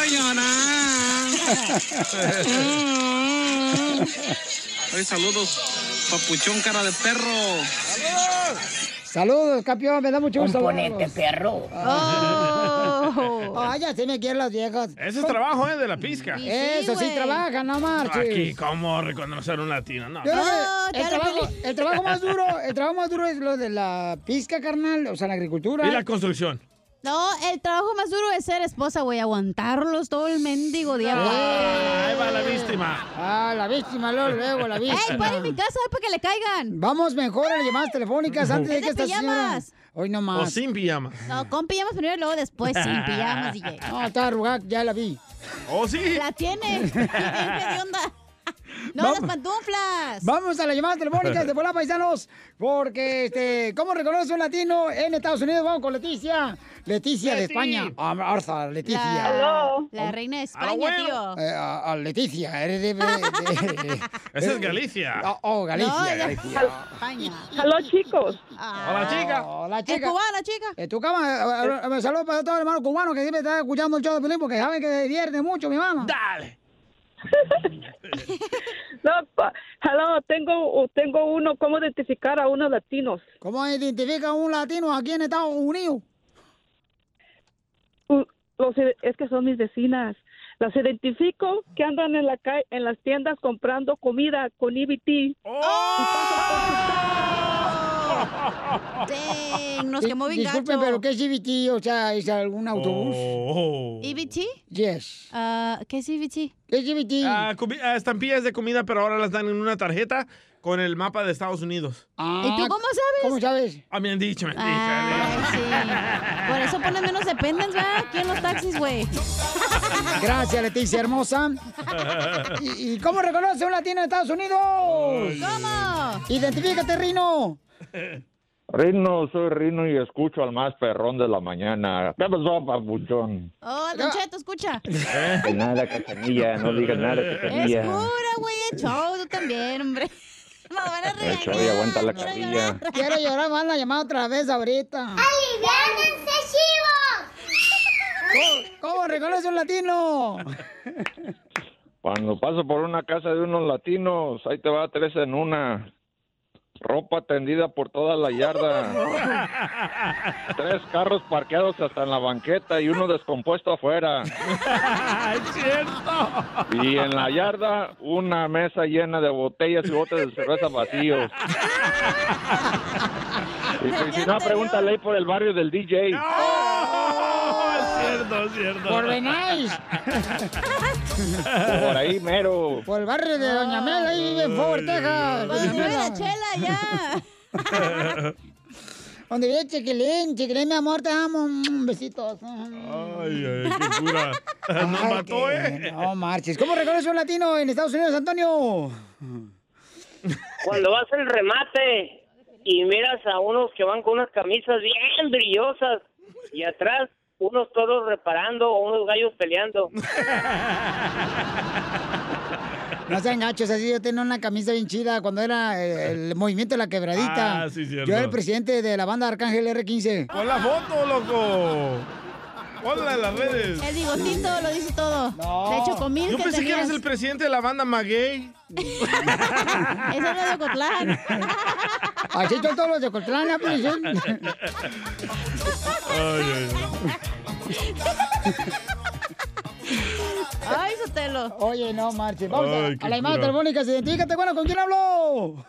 llorar. Mm. Ay, saludos, papuchón, cara de perro.
Saludos, campeón, me da mucho gusto.
Componente,
perro.
Oh.
[laughs] Ay, ya se me quieren las viejas.
Ese es trabajo, ¿eh? De la pizca.
Eso sí, trabaja, no marches.
Aquí, ¿cómo reconocer un latino? No.
Yo creo que el,
te la
trabajo,
peli.
el trabajo más duro, el trabajo más duro es lo de la pizca, carnal, o sea, la agricultura.
Y la construcción.
No, el trabajo más duro es ser esposa, güey. Aguantarlos todo el mendigo día. güey.
Ah, Ahí va la víctima.
Ah, la víctima, luego, luego, la víctima.
¡Ey, para mi casa eh, para que le caigan!
Vamos mejor a las llamadas telefónicas antes de
Es
que esta
de
señora...
pijamas.
Hoy no más.
O sin pijama.
No, con pijamas primero y luego después
[laughs]
sin pijamas, DJ.
No, está arrugada, ya la vi.
¿Oh, sí?
pues, ¡La tiene!
[laughs]
¿Qué de onda? ¡No,
Vamos.
las pantuflas!
Vamos a las llamadas telefónicas de Bola Paisanos, porque, este, ¿cómo reconoce un latino en Estados Unidos? Vamos con Leticia. Leticia de
Leti.
España. Ah, Arza, Leticia. Oh.
La, la reina de España, tío.
Eh, a, a Leticia, eres de...
[laughs] Esa es Galicia.
Oh, oh, Galicia,
No, Ah. ya-
Galicia.
España.
Hola, chicos.
Hola, chica.
Hola,
Es
chica.
cubana, chica.
Eh, tu cama, me saludo para todos los hermanos cubanos que siempre están escuchando el show de Pelín porque saben que divierte mucho, mi mamá.
Dale.
[laughs] No, pa- hello, tengo, uh, tengo uno, ¿cómo identificar a unos latinos?
¿Cómo identifica un latino aquí en Estados Unidos?
U- Pues, Los, es que son mis vecinas. Las identifico que andan en, la ca- en las tiendas comprando comida con E EBT.
Dang, Eh, nos
Di-
quemó bien
Disculpen,
gacho.
pero ¿qué es CBT? O sea, ¿es algún autobús?
¿EBT?
Yes.
Ah, ¿Qué es EBT?
¿Qué es EBT?
Ah, comi- ah, estampillas de comida, pero ahora las dan en una tarjeta con el mapa de Estados Unidos.
¿Y tú cómo sabes?
Ah. ¿Cómo sabes?
Ah, me han dicho, me han dicho.
Por eso ponen menos dependents, ¿verdad? Aquí en los taxis, güey.
[laughs]
Gracias, Leticia hermosa. ¿Y, y cómo reconoce un latino en Estados Unidos?
¿Cómo?
Identifícate, Rino.
Rino, soy Rino y escucho al más perrón de la mañana. ¿Qué pasó, papuchón?
Oh, Don Cheto, escucha.
Que nada, cachanilla, no digas nada,
Es
cachanilla.
pura, güey, el show, tú también,
[laughs]
hombre. No, van a
El
regañar.
Chavi aguanta la carrilla.
Quiero llorar, van a llamar otra vez ahorita.
¡Aliviánense, chivos!
¿Cómo, cómo reconoce un
[laughs] Oh,
latino?
Cuando paso por una casa de unos latinos, ahí te va tres en una. Ropa tendida por toda la yarda. Tres carros parqueados hasta en la banqueta y uno descompuesto afuera.
¡Es cierto!
Y en la yarda, una mesa llena de botellas y botes de cerveza vacíos. Y si- si no, pregúntale ahí por el barrio del DJ.
cierto,
Oh.
cierto.
Por Benais.
Por ahí mero.
Por el barrio de Doña Mela, ahí vive en Fort, Texas. Doña Mela.
chela, ya.
Donde vive Chiquilín. Chiquilín, mi amor, te amo. Mm, Besitos.
Ay, ay, qué pura. Nos
Ay,
mató,
qué-
¿eh?
No marches. ¿Cómo reconoce un latino en Estados Unidos, Antonio?
Cuando vas el remate y miras a unos que van con unas camisas bien brillosas y atrás unos toros reparando o unos gallos peleando.
No sean gachos, así yo tenía una camisa bien chida cuando era eh, el movimiento de la quebradita.
Ah, sí, cierto.
Yo era el presidente de la banda Arcángel R15.
Pon la foto, loco. Ponla en las redes.
El bigotito lo dice todo. De chocomil
Yo
que
pensé que
tenías.
eras el presidente de la
[laughs]
banda Maguey.
Eso era de Ocotlán.
Así son todos los de ¿eh, Cotlán, la prisión.
[laughs] Ay, Sotelo.
Oye, no marches. Vamos a-
Ay,
a,
qué
la llamada
cura.
telefónica. Identifícate, bueno, ¿con quién hablo?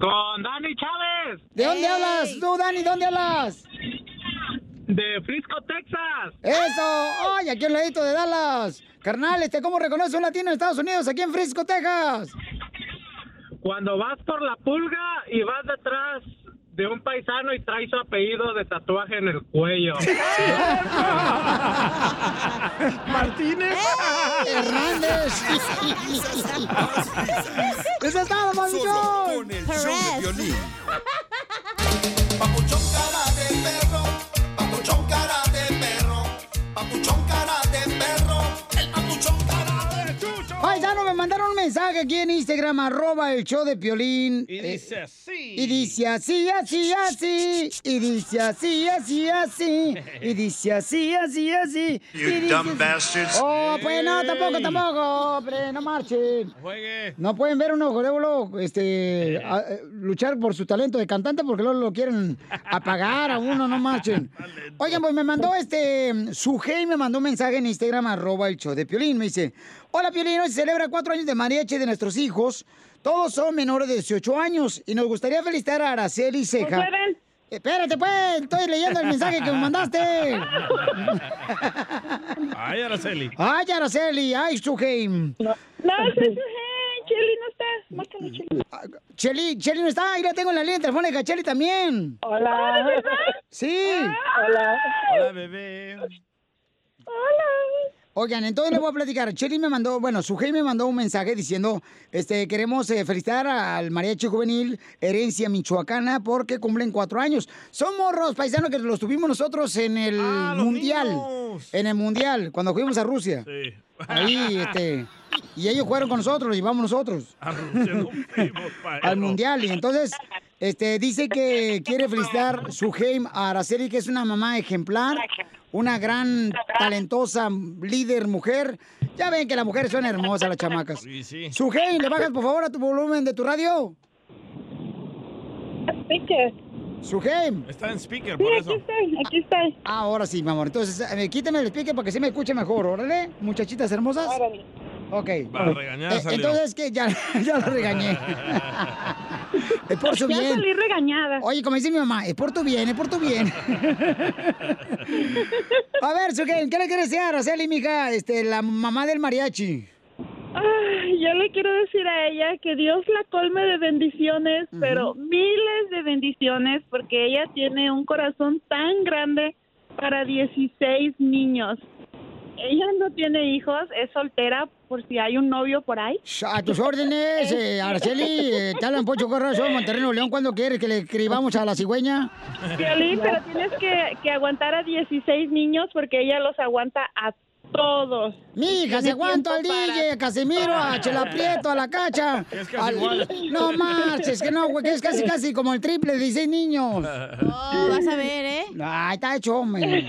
Con Dani Chávez.
¿De dónde hablas tú, Dani? ¿Dónde hablas?
De Frisco, Texas.
¡Eso! ¡Ay, aquí al ladito de Dallas! Carnal, este, ¿cómo reconoce un latino en Estados Unidos? Aquí en Frisco, Texas.
Cuando vas por la pulga y vas detrás de un paisano y traes su apellido de tatuaje en el cuello.
[laughs]
¡Martínez! ¡Hernández! ¡Eso es todo,
Solo
Pabuchón!
con el show de violín.
Papuchón cara de perro, papuchón cara de perro, el papuchón cara de chucho.
Paisano, me mandaron un mensaje aquí en Instagram, arroba el show de Piolín.
Y
Eh,
dice así.
Y dice así, así, así. Y dice así, así, así. Y dice así, así, así. y
You
dice
dumb
así.
bastards.
Oh, pues no,
Ey.
tampoco, tampoco. Hombre, no marchen.
Juegue.
No pueden ver a un ojolévolo este, a- eh, luchar por su talento de cantante porque luego lo quieren apagar a uno, no marchen. Oigan, pues me mandó este, Sujei me mandó un mensaje en Instagram, arroba el show de Piolín, me dice, hola Piolín, hoy se celebra cuatro años de mariachi de nuestros hijos, todos son menores de 18 años y nos gustaría felicitar a Araceli Ceja.
pueden?
Espérate pues, estoy leyendo el mensaje que me mandaste.
Ay, Araceli.
Ay, Araceli, ay, Sujei. No,
soy
Cheli no está, márcame Cheli. Cheli, Cheli no está, ahí la tengo en la línea telefónica, Cheli también.
Hola. ¿Ah, de verdad?
Sí.
Ah,
Hola.
Hola, bebé.
Hola. Oigan, entonces les voy a platicar. Cheli me mandó, bueno, Sujei me mandó un mensaje diciendo, este, queremos eh, felicitar al mariachi juvenil Herencia Michoacana porque cumplen cuatro años. Son morros paisanos que los tuvimos nosotros en el mundial, en el mundial cuando fuimos a Rusia.
Sí.
Ahí, este, y ellos jugaron con nosotros, los llevamos
[laughs]
nosotros al mundial. Y entonces, este, dice que quiere felicitar su game a Araceli, que es una mamá ejemplar, una gran, talentosa líder mujer. Ya ven que las mujeres son hermosas, las chamacas.
Sí, sí.
Su ¿le bajas por favor a tu volumen de tu radio? Sujei.
Está en speaker, por eso.
estoy, aquí estoy. Ah, Ahora sí, mi amor. Entonces, eh, quítame el speaker para que se me escuche mejor, órale. Muchachitas hermosas. Órale. Ok. Eh,
Va, regañada salió.
entonces, que ya, [laughs] ya la
[laughs]
regañé. es por su
Ya
bien.
salí
regañada. Oye, como dice mi mamá, es por tu bien, es por tu
[laughs]
bien. A ver, Sujei, ¿qué le quieres decir a Araceli, mija, este, la mamá del mariachi?
Ay, yo le quiero decir a ella que Dios la colme de bendiciones, pero miles de bendiciones, porque ella tiene un corazón tan grande para 16 niños. Ella no tiene hijos, es soltera por si hay un novio por ahí.
A tus órdenes, eh, Araceli, eh, te hablan Pocho Corroso, Monterrey, Nuevo León, ¿cuándo quieres que le escribamos a la cigüeña?
Violín, pero tienes que, que aguantar a 16 niños porque ella los aguanta a todos.
Mija, se aguanto al DJ, a Casimiro,
[laughs]
a Chela Prieto, a la cacha.
Es casi
al-
igual.
No marches, que no, güey, que es casi casi como el triple de 16 niños.
Oh, vas a ver, ¿eh?
Ay, está hecho, hombre.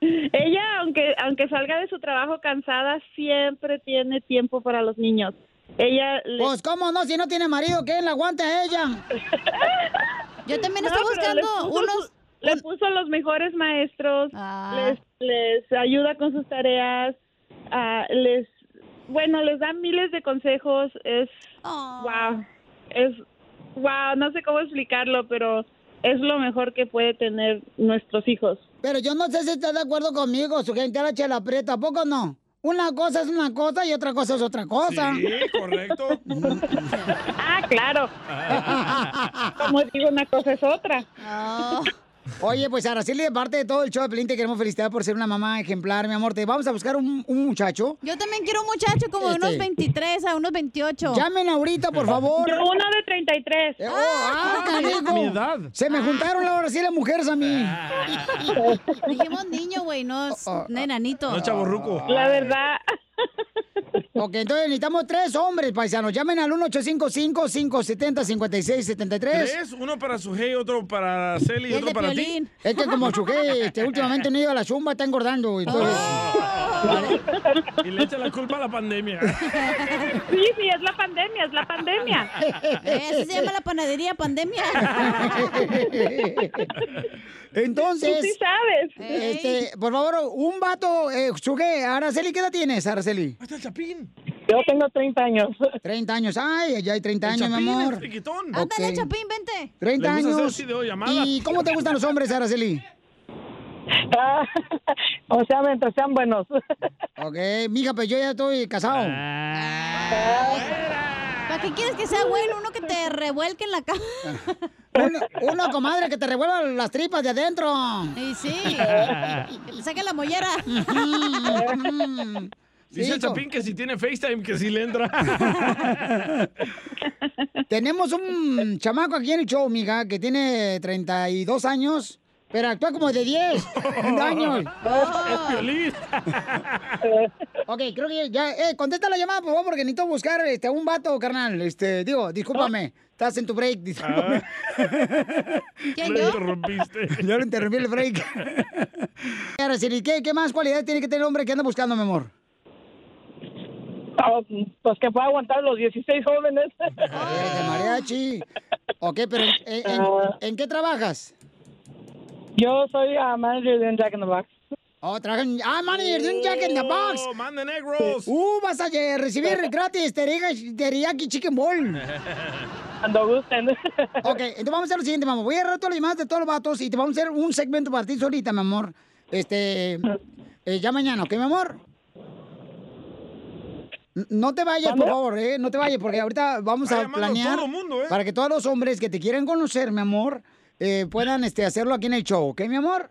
Ella, aunque, aunque salga de su trabajo cansada, siempre tiene tiempo para los niños. Ella le...
Pues, ¿cómo no? Si no tiene marido, ¿qué? La aguanta a ella.
[laughs] Yo también
No,
estoy
pero
buscando
le puso
unos... Ah.
su- Le puso los mejores maestros, les, les ayuda con sus tareas, ah, les... Bueno, les da miles de consejos, es...
Ah.
Wow, es... Wow, no sé cómo explicarlo, pero es lo mejor que puede tener nuestros hijos.
Pero yo no sé si estás de acuerdo conmigo, su gente la Chela Prieto, ¿a poco no? Una cosa es una cosa y otra cosa es otra cosa.
correcto.
[laughs]
Ah, claro. Como digo, una cosa es otra.
Ah. Oye, pues Araceli, de parte de todo el show de Pelín, te queremos felicitar por ser una mamá ejemplar, mi amor. Te vamos a buscar un, un muchacho.
Yo también quiero un muchacho como de unos
Este.
23 a unos 28.
Llamen ahorita, por favor.
Yo uno
de 33.
Eh, oh, ah, canijo.
Mi edad. Ah.
Se me juntaron ahora sí las mujeres a mí.
[laughs] Dijimos niño, güey, no
Oh,
es enanito.
No, chavorruco.
La verdad.
ok, entonces necesitamos tres hombres, paisanos. Llamen al 1-855-570-5673.
Tres, uno para Sujei, otro para Araceli y otro para ti.
Es que como chujé, este, últimamente no he ido a la zumba, está engordando. y todo.
[laughs] Y le echa la culpa a la pandemia.
Sí, sí, es la pandemia, es la pandemia.
[laughs] Eh, así se llama la panadería
[laughs]
pandemia.
Entonces.
Tú sí
sabes.
Este, por favor, un vato, eh, Suge, Araceli, ¿qué edad tienes, Araceli?
Hasta el chapín.
Yo tengo 30 años. 30 años, ay, ya hay 30 años, mi amor.
este. Triquitón.
Ándale,
Ok.
Chapín, vente.
30
Le gusta hacer
años.
videollamada.
¿Y cómo te gustan los hombres, Araceli?
[laughs] o sea, mientras sean buenos. [laughs]
Ok, mija, pues yo ya estoy casado.
Ah.
¿Para qué quieres que sea bueno uno que te revuelque en la cama?
[laughs] Uno, uno, comadre, que te revuelva las tripas de adentro.
Y sí,
[laughs]
que te saque la mollera.
Dice el
hijo.
Chapín que si tiene FaceTime, que sí le
[laughs]
entra.
Tenemos un chamaco aquí en el show, mija, que tiene 32 años, pero actúa como de 10 años. [laughs] ok, creo que ya. Eh, contesta la llamada, por favor, porque necesito buscar este, un vato, carnal. Este, digo, discúlpame.
Oh.
Estás en tu break, discúlpame.
[laughs] ¿Quién,
Me
yo?
interrumpiste. [laughs] Yo le interrumpí el break. Araceli, ¿qué, ¿qué más cualidades tiene que tener el hombre que anda buscando, mi amor?
pues que pueda aguantar los 16 jóvenes.
Ah, de mariachi. Ok, pero ¿en, en- en- en qué trabajas?
Ah. Yo soy a manager de un Jack in the Box.
Oh, trabajan. Ah, manager de un Jack in the Box.
Oh, manden egg rolls.
Uh, vas a eh, recibir
[laughs]
[laughs] gratis teriyaki teriyaki chicken ball.
Cuando gusten.
[laughs] Ok, entonces vamos a hacer lo siguiente, mamá. Voy a agarrar todas las llamadas de todos los vatos y te vamos a hacer un segmento para ti solita, mi amor. Este, eh, ya mañana, ¿ok, mi amor? N- No te vayas, por favor, ¿eh? No te vayas, porque ahorita vamos a planear
todo el mundo, ¿eh?
para que todos los hombres que te quieran conocer, mi amor, eh, puedan este, hacerlo aquí en el show, ¿ok, mi amor?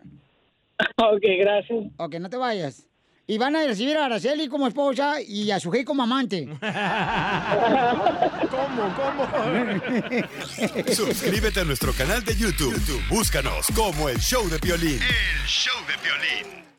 Ok, gracias.
Ok, no te vayas. Y van a recibir a Araceli como esposa y a Sujei como amante.
¿Cómo?
¿Cómo?
Suscríbete a nuestro canal de YouTube. YouTube, Búscanos como el show de Piolín.
show de violín.